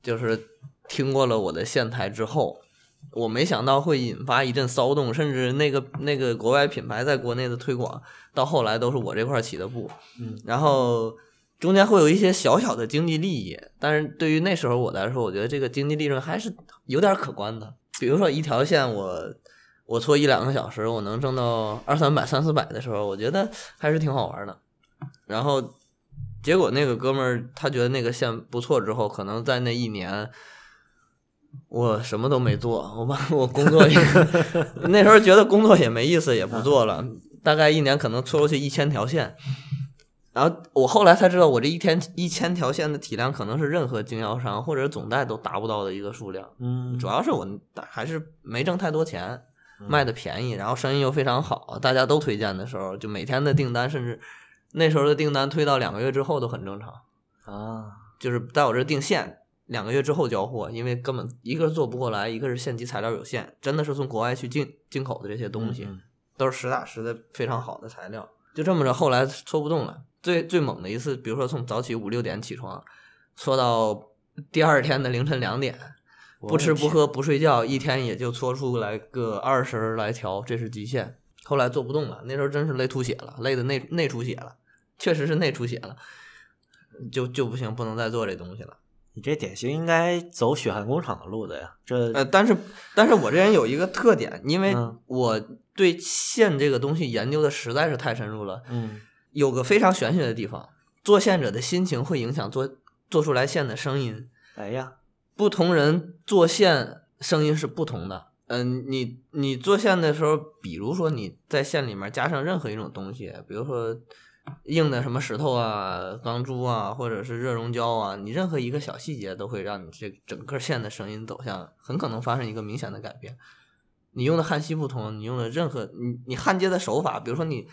Speaker 2: 就是听过了我的线台之后。我没想到会引发一阵骚动，甚至那个那个国外品牌在国内的推广，到后来都是我这块儿起的步。
Speaker 1: 嗯，
Speaker 2: 然后中间会有一些小小的经济利益，但是对于那时候我来说，我觉得这个经济利润还是有点可观的。比如说一条线我，我搓一两个小时，我能挣到二三百、三四百的时候，我觉得还是挺好玩的。然后结果那个哥们儿他觉得那个线不错，之后可能在那一年。我什么都没做，我把我工作也那时候觉得工作也没意思，也不做了。大概一年可能搓出去一千条线，然后我后来才知道，我这一天一千条线的体量可能是任何经销商或者总代都达不到的一个数量。
Speaker 1: 嗯，
Speaker 2: 主要是我还是没挣太多钱，卖的便宜，然后生意又非常好，大家都推荐的时候，就每天的订单，甚至那时候的订单推到两个月之后都很正常。
Speaker 1: 啊，
Speaker 2: 就是在我这定线，两个月之后交货，因为根本一个是做不过来，一个是线机材料有限，真的是从国外去进进口的这些东西，
Speaker 1: 嗯嗯
Speaker 2: 都是实打实的非常好的材料。就这么着，后来搓不动了。最最猛的一次，比如说从早起五六点起床，搓到第二天的凌晨两点，
Speaker 1: 我
Speaker 2: 不吃
Speaker 1: 的
Speaker 2: 不
Speaker 1: 天，
Speaker 2: 喝不睡觉，一天也就搓出来个二十来条，这是极限。后来做不动了，那时候真是累吐血了，累的内内出血了，确实是内出血了，就就不行，不能再做这东西了。
Speaker 1: 你这典型应该走血汗工厂的路的呀，这
Speaker 2: 呃，但是但是我这人有一个特点，因为
Speaker 1: 嗯
Speaker 2: 我对线这个东西研究的实在是太深入了，
Speaker 1: 嗯
Speaker 2: 有个非常玄学的地方，做线者的心情会影响做做出来线的声音。
Speaker 1: 哎呀，
Speaker 2: 不同人做线声音是不同的。嗯，你你做线的时候，比如说你在线里面加上任何一种东西，比如说硬的什么石头啊、钢珠啊，或者是热熔胶啊，你任何一个小细节都会让你这整个线的声音走向很可能发生一个明显的改变。你用的焊锡不同，你用的任何你你焊接的手法，比如说你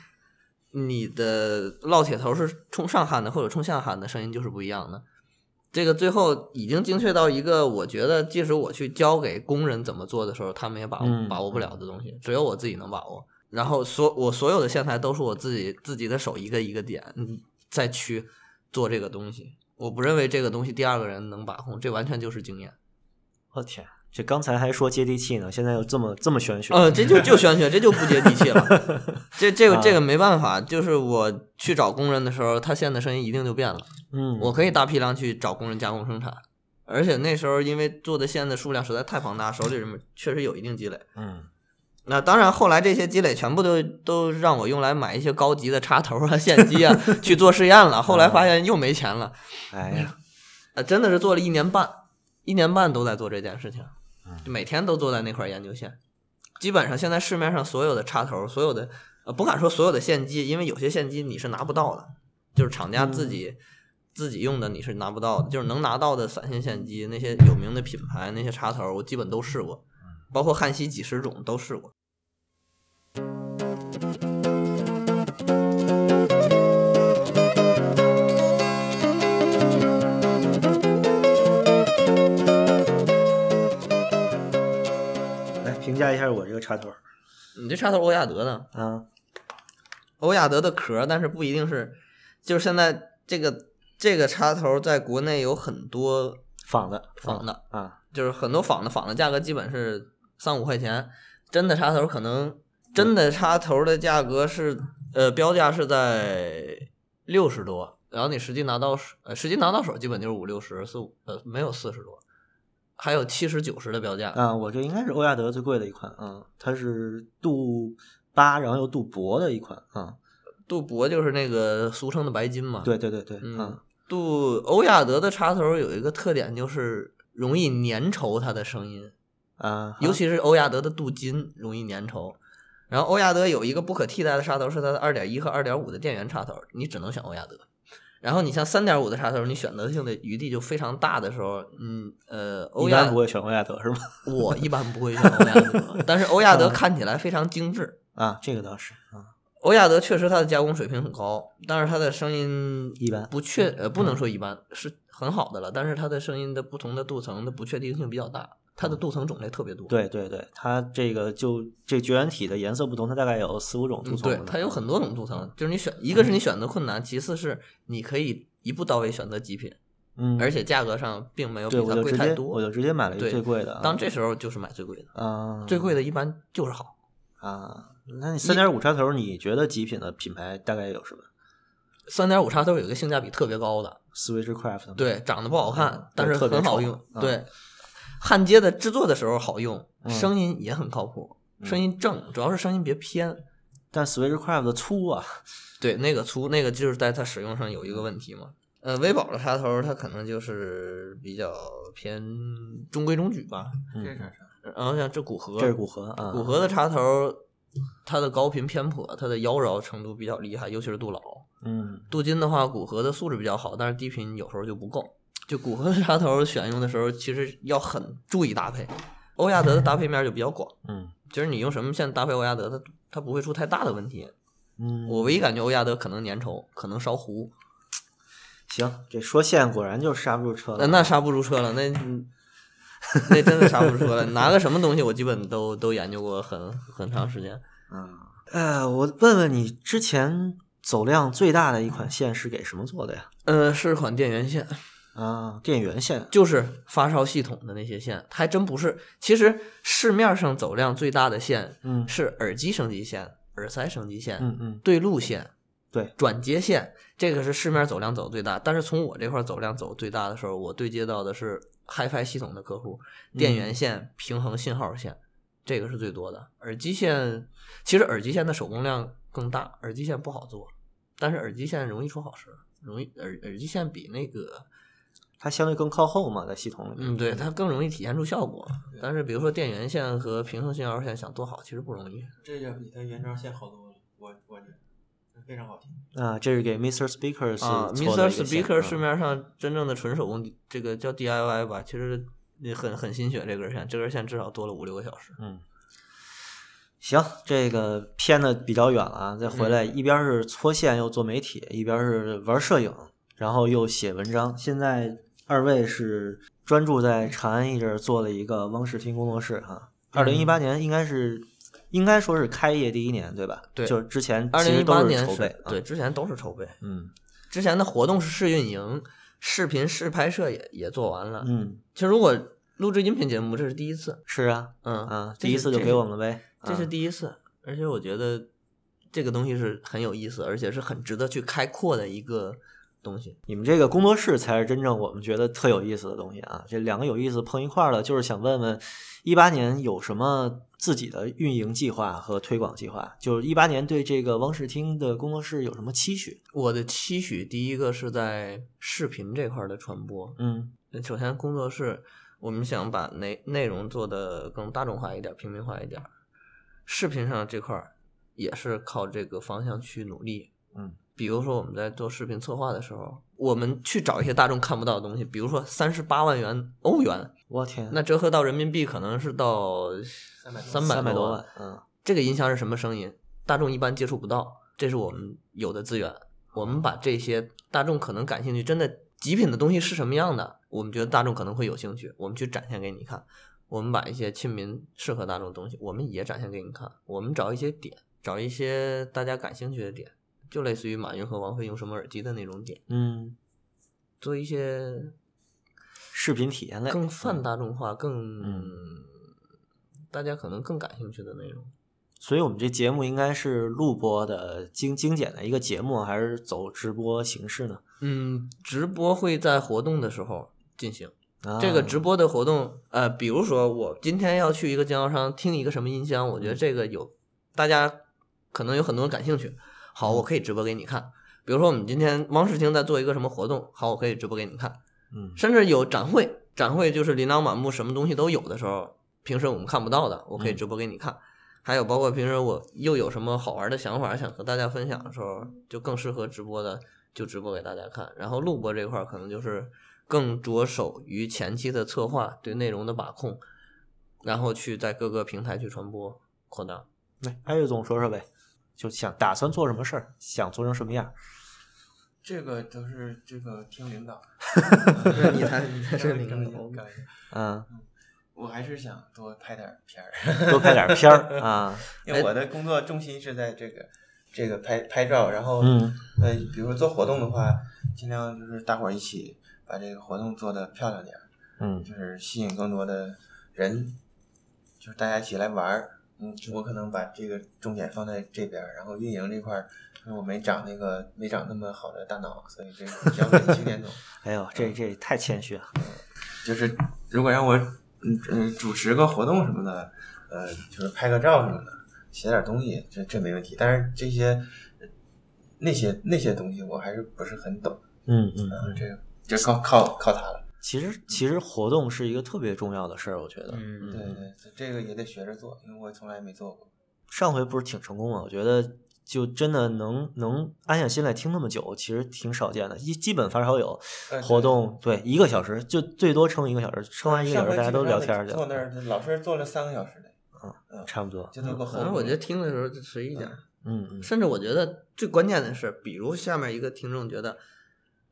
Speaker 2: 你的烙铁头是冲上焊的或者冲下焊的，声音就是不一样的。这个最后已经精确到一个，我觉得即使我去教给工人怎么做的时候，他们也把握、
Speaker 1: 嗯
Speaker 2: 把握不了的东西，只有我自己能把握。然后所我所有的线材都是我自己自己的手一个一个点嗯再去做这个东西。我不认为这个东西第二个人能把控，这完全就是经验。
Speaker 1: 我天，这刚才还说接地气呢，现在又这么这么玄学，
Speaker 2: 呃，这就就玄学，这就不接地气
Speaker 1: [LAUGHS]
Speaker 2: 了。这这个这
Speaker 1: 啊
Speaker 2: 个没办法，就是我去找工人的时候，他线的声音一定就变了。
Speaker 1: 嗯，
Speaker 2: 我可以大批量去找工人加工生产，而且那时候因为做的线的数量实在太庞大，手里面确实有一定积累。
Speaker 1: 嗯
Speaker 2: 那当然，后来这些积累全部都都让我用来买一些高级的插头啊、 [LAUGHS] 线机啊去做试验了。后来发现又没钱了，
Speaker 1: 哎呀，
Speaker 2: 呃，真的是做了一年半，一年半都在做这件事情，就每天都坐在那块儿研究线。基本上现在市面上所有的插头，所有的呃不敢说所有的线机，因为有些线机你是拿不到的，就是厂家自己、自己用的你是拿不到的，就是能拿到的散线线机，那些有名的品牌那些插头，我基本都试过，包括汉西几十种都试过。
Speaker 1: 来评价一下我这个插头儿
Speaker 2: 你这插头欧亚德呢？
Speaker 1: 啊，
Speaker 2: 欧亚德的壳，但是不一定是，就是现在这个这个插头在国内有很多
Speaker 1: 仿的
Speaker 2: 仿的，
Speaker 1: 啊，
Speaker 2: 就是很多仿的仿的价格基本是三五块钱，真的插头可能真的插头的价格是呃标价是在六十多，然后你实际拿到手呃实际拿到手基本就是五六十四五呃没有四十多，还有七十九十的标价，
Speaker 1: 啊，我这应该是欧亚德最贵的一款啊，它是镀八，然后又镀铂的一款啊。
Speaker 2: 镀铂就是那个俗称的白金嘛。，
Speaker 1: 对对对对，
Speaker 2: 嗯
Speaker 1: 啊，，
Speaker 2: 镀欧亚德的插头有一个特点就是容易粘稠它的声音，
Speaker 1: 啊，
Speaker 2: 尤其是欧亚德的镀金容易粘稠。然后欧亚德有一个不可替代的插头是它的二点一和二点五的电源插头，你只能选欧亚德。然后你像三点五的插头，你选择性的余地就非常大的时候，嗯呃，欧
Speaker 1: 一
Speaker 2: 亚
Speaker 1: 般不会选欧亚德是吗？
Speaker 2: 我一般不会选欧亚德，
Speaker 1: [LAUGHS]
Speaker 2: 但是欧亚
Speaker 1: 嗯
Speaker 2: 德看起来非常精致。
Speaker 1: 啊，这个倒是啊，
Speaker 2: 欧亚德确实它的加工水平很高，但是它的声音
Speaker 1: 一般嗯
Speaker 2: 不确呃不能说一般是很好的了，但是它的声音的不同的镀层的不确定性比较大，它
Speaker 1: 嗯
Speaker 2: 的镀层种类特别多。
Speaker 1: 对对对，它这个就这绝缘体的颜色不同，它大概有四五种
Speaker 2: 嗯，
Speaker 1: 镀层
Speaker 2: 对
Speaker 1: 的，
Speaker 2: 它有很多种镀层，就是你选一个
Speaker 1: 嗯
Speaker 2: 是你选择困难，其次是你可以一步到位选择极品，
Speaker 1: 嗯，
Speaker 2: 而且价格上并没有比
Speaker 1: 对，我
Speaker 2: 它
Speaker 1: 就
Speaker 2: 贵
Speaker 1: 直
Speaker 2: 太
Speaker 1: 接我
Speaker 2: 多。
Speaker 1: 就直接买了一
Speaker 2: 对
Speaker 1: 最贵的啊，
Speaker 2: 当这时候就是买最贵的，
Speaker 1: 啊
Speaker 2: 最贵的一般就是好。
Speaker 1: 啊，那你三点五插头，你觉得极品的品牌大概有什么？
Speaker 2: 三点五插头有一个性价比特别高的，
Speaker 1: Switchcraft 吗
Speaker 2: 对，长得不好看
Speaker 1: 嗯，
Speaker 2: 但
Speaker 1: 对
Speaker 2: 是
Speaker 1: 特别
Speaker 2: 很好
Speaker 1: 丑
Speaker 2: 用。
Speaker 1: 嗯
Speaker 2: 对，焊接的制作的时候好用，
Speaker 1: 嗯
Speaker 2: 声音也很靠谱，声音正，主要是声音别偏。
Speaker 1: 但 Switchcraft 粗啊，
Speaker 2: 对，那个粗，那个就是在它使用上有一个问题嘛。呃，微宝的插头它可能就是比较偏中规中矩吧。
Speaker 3: 这是
Speaker 1: 嗯，
Speaker 3: 啥啥？
Speaker 2: 然后像这古河，
Speaker 1: 这是骨盒啊，
Speaker 2: 古河的插头，它的高频偏颇，它的妖娆程度比较厉害，尤其是镀老。
Speaker 1: 嗯
Speaker 2: 镀金的话，骨盒的素质比较好，但是低频有时候就不够。就骨盒的插头选用的时候，其实要很注意搭配。欧亚德的搭配面就比较广，
Speaker 1: 嗯
Speaker 2: 就是你用什么线搭配欧亚德，它它不会出太大的问题。
Speaker 1: 嗯，
Speaker 2: 我唯一感觉欧亚德可能粘稠，可能烧糊，
Speaker 1: 行，这说线果然就刹不住车
Speaker 2: 那
Speaker 1: 了。
Speaker 2: 那刹不住车了，那 [LAUGHS] 那真的刹不住车了。拿个什么东西，我基本都都研究过很很长时间。
Speaker 3: 嗯，
Speaker 1: 呃，我问问你，之前走量最大的一款线是给什么做的呀？
Speaker 2: 呃，是款电源线，
Speaker 1: 啊，电源线。
Speaker 2: 就是发烧系统的那些线，它还真不是。其实市面上走量最大的线
Speaker 1: 嗯
Speaker 2: 是耳机升级线、耳塞升级线、
Speaker 1: 嗯嗯，
Speaker 2: 对路线、
Speaker 1: 对
Speaker 2: 转接线，这个是市面走量走最大。但是从我这块走量走最大的时候，我对接到的是 HiFi 系统的客户，电源线、平衡信号线，这个是最多的。耳机线其实耳机线的手工量更大，耳机线不好做，但是耳机线容易出好事，容易耳耳机线比那个
Speaker 1: 它相对更靠后嘛，在系统里面。
Speaker 2: 嗯，对，它更容易体现出效果。但是比如说电源线和平衡信号线想做好，其实不容易。
Speaker 3: 这就比它原装线好多了，我我觉得非常好听。
Speaker 1: 啊，这是给 Mr. Speakers
Speaker 2: 啊
Speaker 1: 做的
Speaker 2: ，Mr.
Speaker 1: 一个线
Speaker 2: Speaker
Speaker 1: 啊
Speaker 2: 市面上真正的纯手工，这个叫 DIY 吧，其实也很很心血这根线，这根线至少多了五六个小时。
Speaker 1: 嗯，行，这个偏的比较远了啊，再回来，
Speaker 2: 嗯
Speaker 1: 一边是搓线又做媒体，一边是玩摄影，然后又写文章。现在二位是专注在长安一阵儿做了一个汪世听工作室哈。二零
Speaker 2: 嗯
Speaker 1: 一八年应该是，应该说是开业第一年对吧？
Speaker 2: 对
Speaker 1: 就是之前
Speaker 2: 二
Speaker 1: 其
Speaker 2: 零
Speaker 1: 实
Speaker 2: 一
Speaker 1: 都
Speaker 2: 八
Speaker 1: 是
Speaker 2: 年
Speaker 1: 筹备
Speaker 2: 是
Speaker 1: 啊。
Speaker 2: 对，之前都是筹备，
Speaker 1: 嗯
Speaker 2: 之前的活动是试运营、视频试拍摄也也做完了。
Speaker 1: 嗯，
Speaker 2: 其实如果录制音频节目，这是第一次，
Speaker 1: 是啊
Speaker 2: 嗯
Speaker 1: 啊，
Speaker 2: 这
Speaker 1: 第一
Speaker 2: 是
Speaker 1: 次就
Speaker 2: 这
Speaker 1: 给
Speaker 2: 是
Speaker 1: 我们呗。
Speaker 2: 这是
Speaker 1: 啊
Speaker 2: 第一次，而且我觉得这个东西是很有意思，而且是很值得去开阔的一个东西。
Speaker 1: 你们这个工作室才是真正我们觉得特有意思的东西啊！这两个有意思碰一块儿了，就是想问问，一八年有什么自己的运营计划和推广计划？就是一八年对这个汪世听的工作室有什么期许？
Speaker 2: 我的期许，第一个是在视频这块儿的传播，
Speaker 1: 嗯
Speaker 2: 首先，工作室我们想把内内容做得更大众化一点、平民化一点。视频上这块儿也是靠这个方向去努力。
Speaker 1: 嗯，
Speaker 2: 比如说我们在做视频策划的时候，我们去找一些大众看不到的东西，比如说三十八万元欧元，
Speaker 1: 我天，
Speaker 2: 那折合到人民币可能是到
Speaker 3: 300多
Speaker 2: 三
Speaker 1: 三
Speaker 2: 百
Speaker 1: 百
Speaker 2: 多
Speaker 1: 多万，嗯
Speaker 2: 这个音箱是什么声音，大众一般接触不到，这是我们有的资源。我们把这些大众可能感兴趣，真的极品的东西是什么样的，我们觉得大众可能会有兴趣，我们去展现给你看。我们把一些亲民、适合大众的东西，我们也展现给你看。我们找一些点，找一些大家感兴趣的点，就类似于马云和王菲用什么耳机的那种点，
Speaker 1: 嗯，
Speaker 2: 做一些
Speaker 1: 视频体验类
Speaker 2: 更泛大众化、更、
Speaker 1: 嗯
Speaker 2: 大家可能更感兴趣的内容。
Speaker 1: 所以我们这节目应该是录播的精精简的一个节目，还是走直播形式呢？
Speaker 2: 嗯，直播会在活动的时候进行，
Speaker 1: 啊
Speaker 2: 这个直播的活动，呃，比如说我今天要去一个经销商听一个什么音箱，我觉得这个有大家可能有很多人感兴趣，好，我可以直播给你看。比如说我们今天汪世清在做一个什么活动，好，我可以直播给你看，
Speaker 1: 嗯
Speaker 2: 甚至有展会，展会就是琳琅满目，什么东西都有的时候，平时我们看不到的，我可以直播给你看。还有包括平时我又有什么好玩的想法想和大家分享的时候，就更适合直播的就直播给大家看。然后录播这块儿可能就是更着手于前期的策划，对内容的把控，然后去在各个平台去传播扩大。
Speaker 1: 来艾瑞总说说呗，就想打算做什么事儿，想做成什么样儿。
Speaker 3: 这个都是这个听
Speaker 2: [LAUGHS]
Speaker 3: 领导，
Speaker 2: 你才你才是领导
Speaker 3: 开玩笑开玩笑
Speaker 1: 嗯，
Speaker 3: 我还是想多拍点片儿，
Speaker 1: 多拍点片 [LAUGHS] 儿啊，
Speaker 3: 因为我的工作重心是在这个这个拍拍照，然后
Speaker 1: 嗯
Speaker 3: 呃，比如说做活动的话，尽量就是大伙儿一起把这个活动做得漂亮点儿，
Speaker 1: 嗯
Speaker 3: 就是吸引更多的人，就是大家一起来玩儿。嗯，我可能把这个重点放在这边儿，然后运营这块儿，因为我没长那个没长那么好的大脑，所以这个交给青年总。
Speaker 1: 哎呦，这这太谦虚了。
Speaker 3: 就是如果让我嗯嗯主持个活动什么的，呃，就是拍个照什么的，写点东西，这这没问题。但是这些呃那些那些东西我还是不是很懂，
Speaker 1: 嗯嗯
Speaker 3: 啊
Speaker 1: 嗯，
Speaker 3: 这个这靠靠靠他了。
Speaker 1: 其实其实活动是一个特别重要的事儿，我觉得。
Speaker 2: 嗯
Speaker 3: 对对，这个也得学着做，因为我从来没做过。
Speaker 1: 上回不是挺成功吗？我觉得就真的能能安下心来听那么久，其实挺少见的。一基本发烧友
Speaker 3: 呃
Speaker 1: 活动，对一个小时就最多撑一个小时，撑完一个
Speaker 3: 上
Speaker 1: 小时
Speaker 3: 回
Speaker 1: 大家都聊
Speaker 3: 基
Speaker 1: 天儿
Speaker 3: 本上
Speaker 1: 去
Speaker 3: 坐那
Speaker 1: 了，
Speaker 3: 儿，老师坐了三个小时嘞，
Speaker 1: 差不多。
Speaker 3: 就那个后。
Speaker 2: 嗯反正我觉得听的时候就随意点儿，
Speaker 1: 嗯嗯
Speaker 2: 甚至我觉得最关键的是，比如下面一个听众觉得，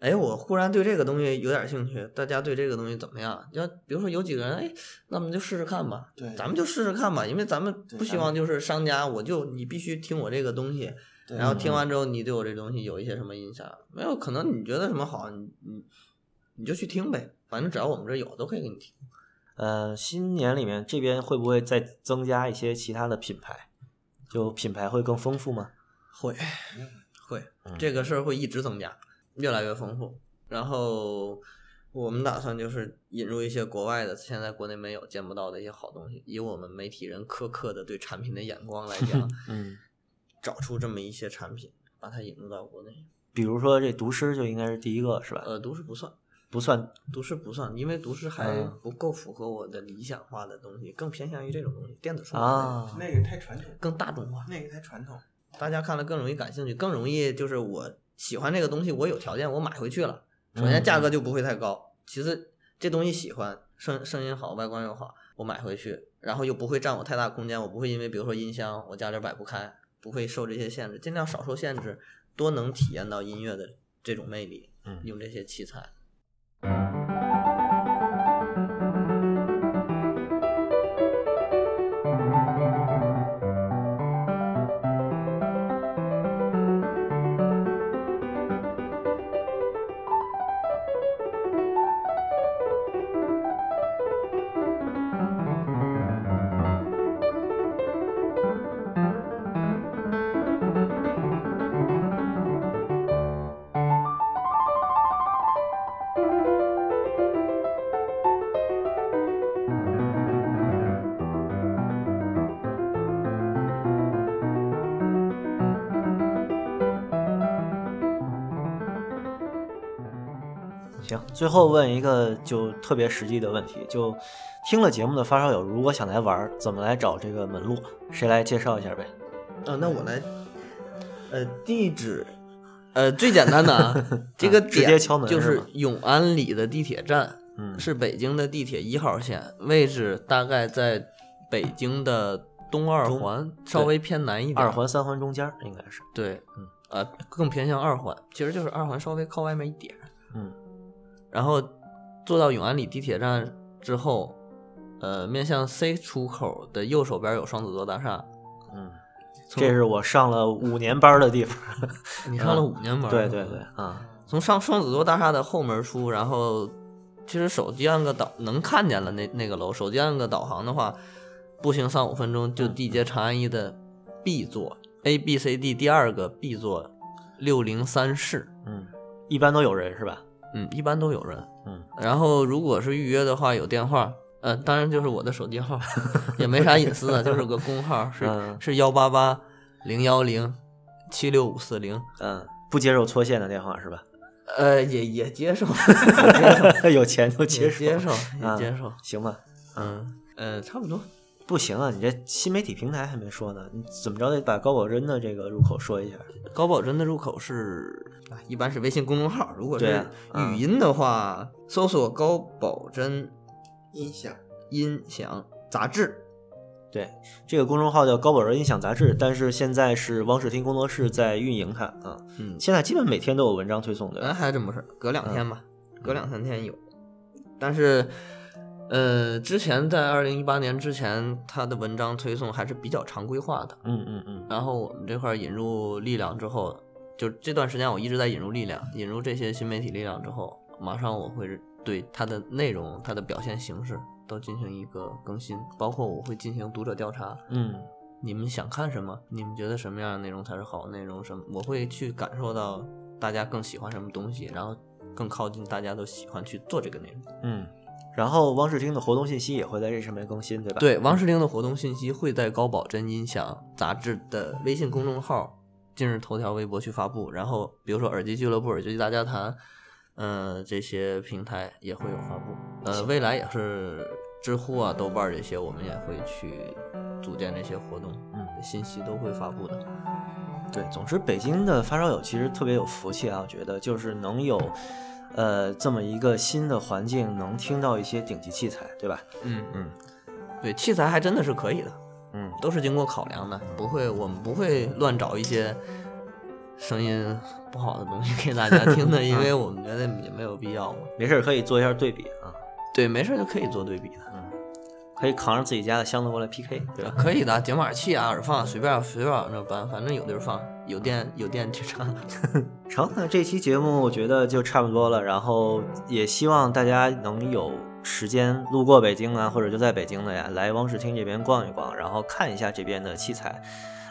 Speaker 2: 哎，我忽然对这个东西有点兴趣，大家对这个东西怎么样？要比如说有几个人，哎，那我们就试试看吧，
Speaker 3: 对
Speaker 2: 咱们就试试看吧，因为咱们
Speaker 3: 对
Speaker 2: 不希
Speaker 3: 咱
Speaker 2: 望就是商家，我就你必须听我这个东西，
Speaker 3: 对
Speaker 2: 然后听完之后你对我这东西有一些什么印象？没有，可能你觉得什么好，你你你就去听呗，反正只要我们这有都可以给你听。
Speaker 1: 呃，新年里面这边会不会再增加一些其他的品牌？就品牌会更丰富吗？
Speaker 2: 会
Speaker 3: 嗯
Speaker 2: 会
Speaker 1: 嗯，
Speaker 2: 这个事儿会一直增加，越来越丰富。然后我们打算就是引入一些国外的，现在国内没有见不到的一些好东西。以我们媒体人苛刻的对产品的眼光来
Speaker 1: [LAUGHS]
Speaker 2: 讲，
Speaker 1: 嗯，
Speaker 2: 找出这么一些产品，把它引入到国内。
Speaker 1: 比如说这读诗就应该是第一个是吧？
Speaker 2: 呃，读诗不算，
Speaker 1: 不算，
Speaker 2: 读诗不算，因为读诗还
Speaker 1: 嗯
Speaker 2: 不够符合我的理想化的东西，更偏向于这种东西，电子书
Speaker 1: 啊
Speaker 3: 那个太传统，
Speaker 2: 更大众化。
Speaker 3: 那个太传统。
Speaker 2: 大家看了更容易感兴趣，更容易就是我喜欢这个东西，我有条件我买回去了。首
Speaker 1: 嗯
Speaker 2: 先价格就不会太高，其次这东西喜欢，声声音好，外观又好，我买回去，然后又不会占我太大空间，我不会因为比如说音箱我家里摆不开，不会受这些限制，尽量少受限制，多能体验到音乐的这种魅力。
Speaker 1: 嗯
Speaker 2: 用这些器材。
Speaker 1: 行，最后问一个就特别实际的问题，就听了节目的发烧友，如果想来玩儿，怎么来找这个门路？谁来介绍一下呗？
Speaker 2: 啊，那我来，呃，地址，呃，最简单
Speaker 1: [LAUGHS]
Speaker 2: 的啊，这个
Speaker 1: 直接
Speaker 2: 点
Speaker 1: 敲门
Speaker 2: 就是是
Speaker 1: 吗
Speaker 2: 永安里的地铁站，
Speaker 1: 嗯，
Speaker 2: 是北京的地铁一号线，位置大概在北京的东二环，稍微偏南一点。
Speaker 1: 二环、三环中间儿应该是，
Speaker 2: 对，
Speaker 1: 嗯
Speaker 2: 呃，更偏向二环，其实就是二环稍微靠外面一点。
Speaker 1: 嗯，
Speaker 2: 然后坐到永安里地铁站之后，呃，面向 C 出口的右手边有双子座大厦。
Speaker 1: 嗯，
Speaker 2: 从
Speaker 1: 这是我上了五年班儿的地方。
Speaker 2: 你上了五年
Speaker 1: [LAUGHS]
Speaker 2: 班、
Speaker 1: 对对对，，啊，
Speaker 2: 从上双子座大厦的后门出，然后其实手机按个导能看见了那那个楼，手机按个导航的话，步行三五分钟就地接长安一的 B 座 A B C D 第二个 B 座六零三室，
Speaker 1: 嗯，一般都有人是吧？
Speaker 2: 嗯，一般都有人。
Speaker 1: 嗯，
Speaker 2: 然后如果是预约的话，有电话，呃，当然就是我的手机号，也没啥隐私的，就是个公号，是、
Speaker 1: 嗯
Speaker 2: 是幺八八零幺零七六五四零，
Speaker 1: 嗯，不接受搓线的电话是 [LAUGHS] 吧？
Speaker 2: 呃，也也接 [LAUGHS] 受，也接受，
Speaker 1: 有钱就接受，
Speaker 2: 也接受，也
Speaker 1: 嗯
Speaker 2: 接受，
Speaker 1: 行吧？
Speaker 2: 嗯，呃，差不多，
Speaker 1: 不行啊，你这新媒体平台还没说呢，你怎么着得把高保真的这个入口说一下？
Speaker 2: 高保真的入口是，啊一般是微信公众号，如果
Speaker 1: 对
Speaker 2: 是
Speaker 1: 啊嗯
Speaker 2: 语音的话，搜索高保真
Speaker 3: 音响
Speaker 2: 音响杂志，
Speaker 1: 对，这个公众号叫高保真音响杂志，但是现在是汪世听工作室在运营它啊，
Speaker 2: 嗯，
Speaker 1: 现在基本每天都有文章推送
Speaker 2: 哎，
Speaker 1: 的。
Speaker 2: 还真不是，隔两
Speaker 1: 嗯
Speaker 2: 天吧，隔两三天有。但是，呃，之前在二零一八年之前，他的文章推送还是比较常规化的。
Speaker 1: 嗯嗯嗯
Speaker 2: 然后我们这块儿引入力量之后，就这段时间我一直在引入力量，引入这些新媒体力量之后，马上我会对它的内容、它的表现形式都进行一个更新，包括我会进行读者调查，
Speaker 1: 嗯
Speaker 2: 你们想看什么？你们觉得什么样的内容才是好内容？什么？我会去感受到大家更喜欢什么东西，然后更靠近大家都喜欢去做这个内容。
Speaker 1: 嗯。然后汪世听的活动信息也会在这上面更新，对吧？
Speaker 2: 对，王诗龄的活动信息会在高保真音响杂志的微信公众号、今日头条、微博去发布。然后，比如说耳机俱乐部、耳机大家谈，呃，这些平台也会有发布。呃，未来也是知乎啊、豆瓣儿这些，我们也会去组建这些活动，
Speaker 1: 嗯，
Speaker 2: 信息都会发布的。
Speaker 1: 对，总之北京的发烧友其实特别有福气啊，我觉得就是能有，呃，这么一个新的环境，能听到一些顶级器材，对吧？
Speaker 2: 嗯
Speaker 1: 嗯，
Speaker 2: 对，器材还真的是可以的，
Speaker 1: 嗯，
Speaker 2: 都是经过考量的，不会，我们不会乱找一些声音不好的东西给大家听 [LAUGHS] 的，因为我们觉得也没有必要嘛。
Speaker 1: 没事儿可以做一下对比啊，
Speaker 2: 对，没事儿就可以做对比的，
Speaker 1: 可以扛着自己家的箱子过来 PK，对
Speaker 2: 对吧
Speaker 1: 吧？？
Speaker 2: 可以的，解码器啊、耳放随便随便往那搬，反正有地儿放，有电有电去插。
Speaker 1: 成，那这期节目我觉得就差不多了，然后也希望大家能有时间路过北京啊，或者就在北京的呀，来汪世听这边逛一逛，然后看一下这边的器材。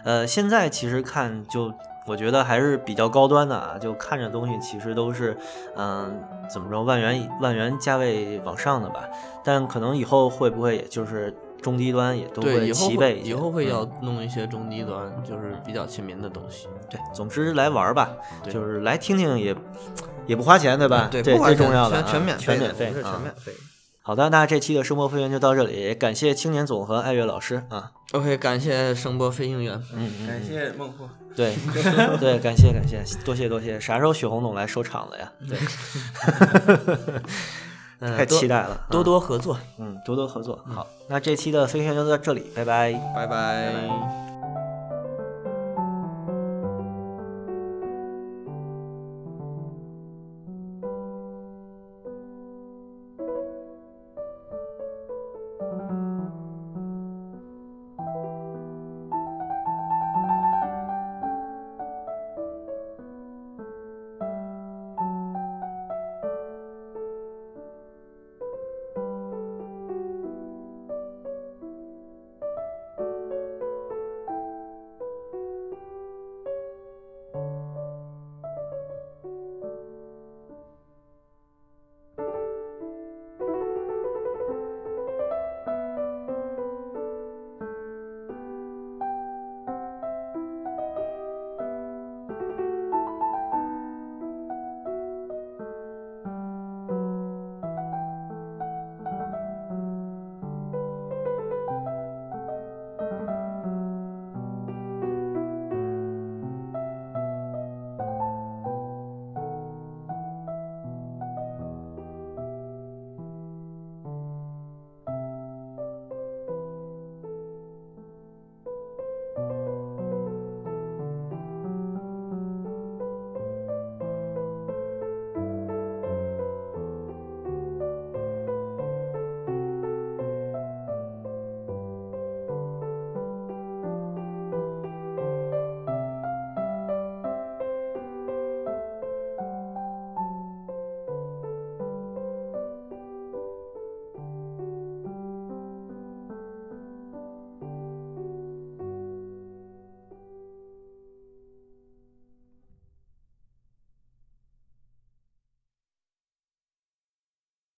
Speaker 1: 呃，现在其实看就我觉得还是比较高端的啊，就看着东西其实都是，嗯、怎么着万元以万元价位往上的吧，但可能以后会不会也就是中低端也都
Speaker 2: 对，以后
Speaker 1: 齐备
Speaker 2: 会
Speaker 1: 一些
Speaker 2: 以后会
Speaker 1: 嗯
Speaker 2: 要弄一些中低端，就是比较亲民的东西。
Speaker 1: 对，总之来玩儿吧，
Speaker 2: 对
Speaker 1: 就是来听听也也不花钱，对吧？
Speaker 2: 对，
Speaker 1: 这
Speaker 2: 不管
Speaker 1: 最
Speaker 2: 钱
Speaker 1: 重要的啊，
Speaker 2: 全全免
Speaker 1: 全
Speaker 2: 费
Speaker 1: 免
Speaker 2: 的，
Speaker 1: 费
Speaker 2: 我们是
Speaker 1: 啊
Speaker 2: 全免费的。
Speaker 1: 好的，那这期的声波飞行员就到这里，感谢青年总和爱乐老师啊，
Speaker 2: OK，感谢声波飞行员。
Speaker 1: 嗯嗯，
Speaker 3: 感谢孟获，
Speaker 1: 对 [LAUGHS]
Speaker 2: 嗯
Speaker 1: 对，感谢感谢，多谢多谢，啥时候许红总来收场了呀？对，
Speaker 2: 嗯
Speaker 1: 太
Speaker 2: 多
Speaker 1: 期待了，啊
Speaker 2: 多
Speaker 1: 多
Speaker 2: 多合作，嗯
Speaker 1: 嗯多多合作。好，那这期的飞行员就到这里，拜拜。
Speaker 2: 拜拜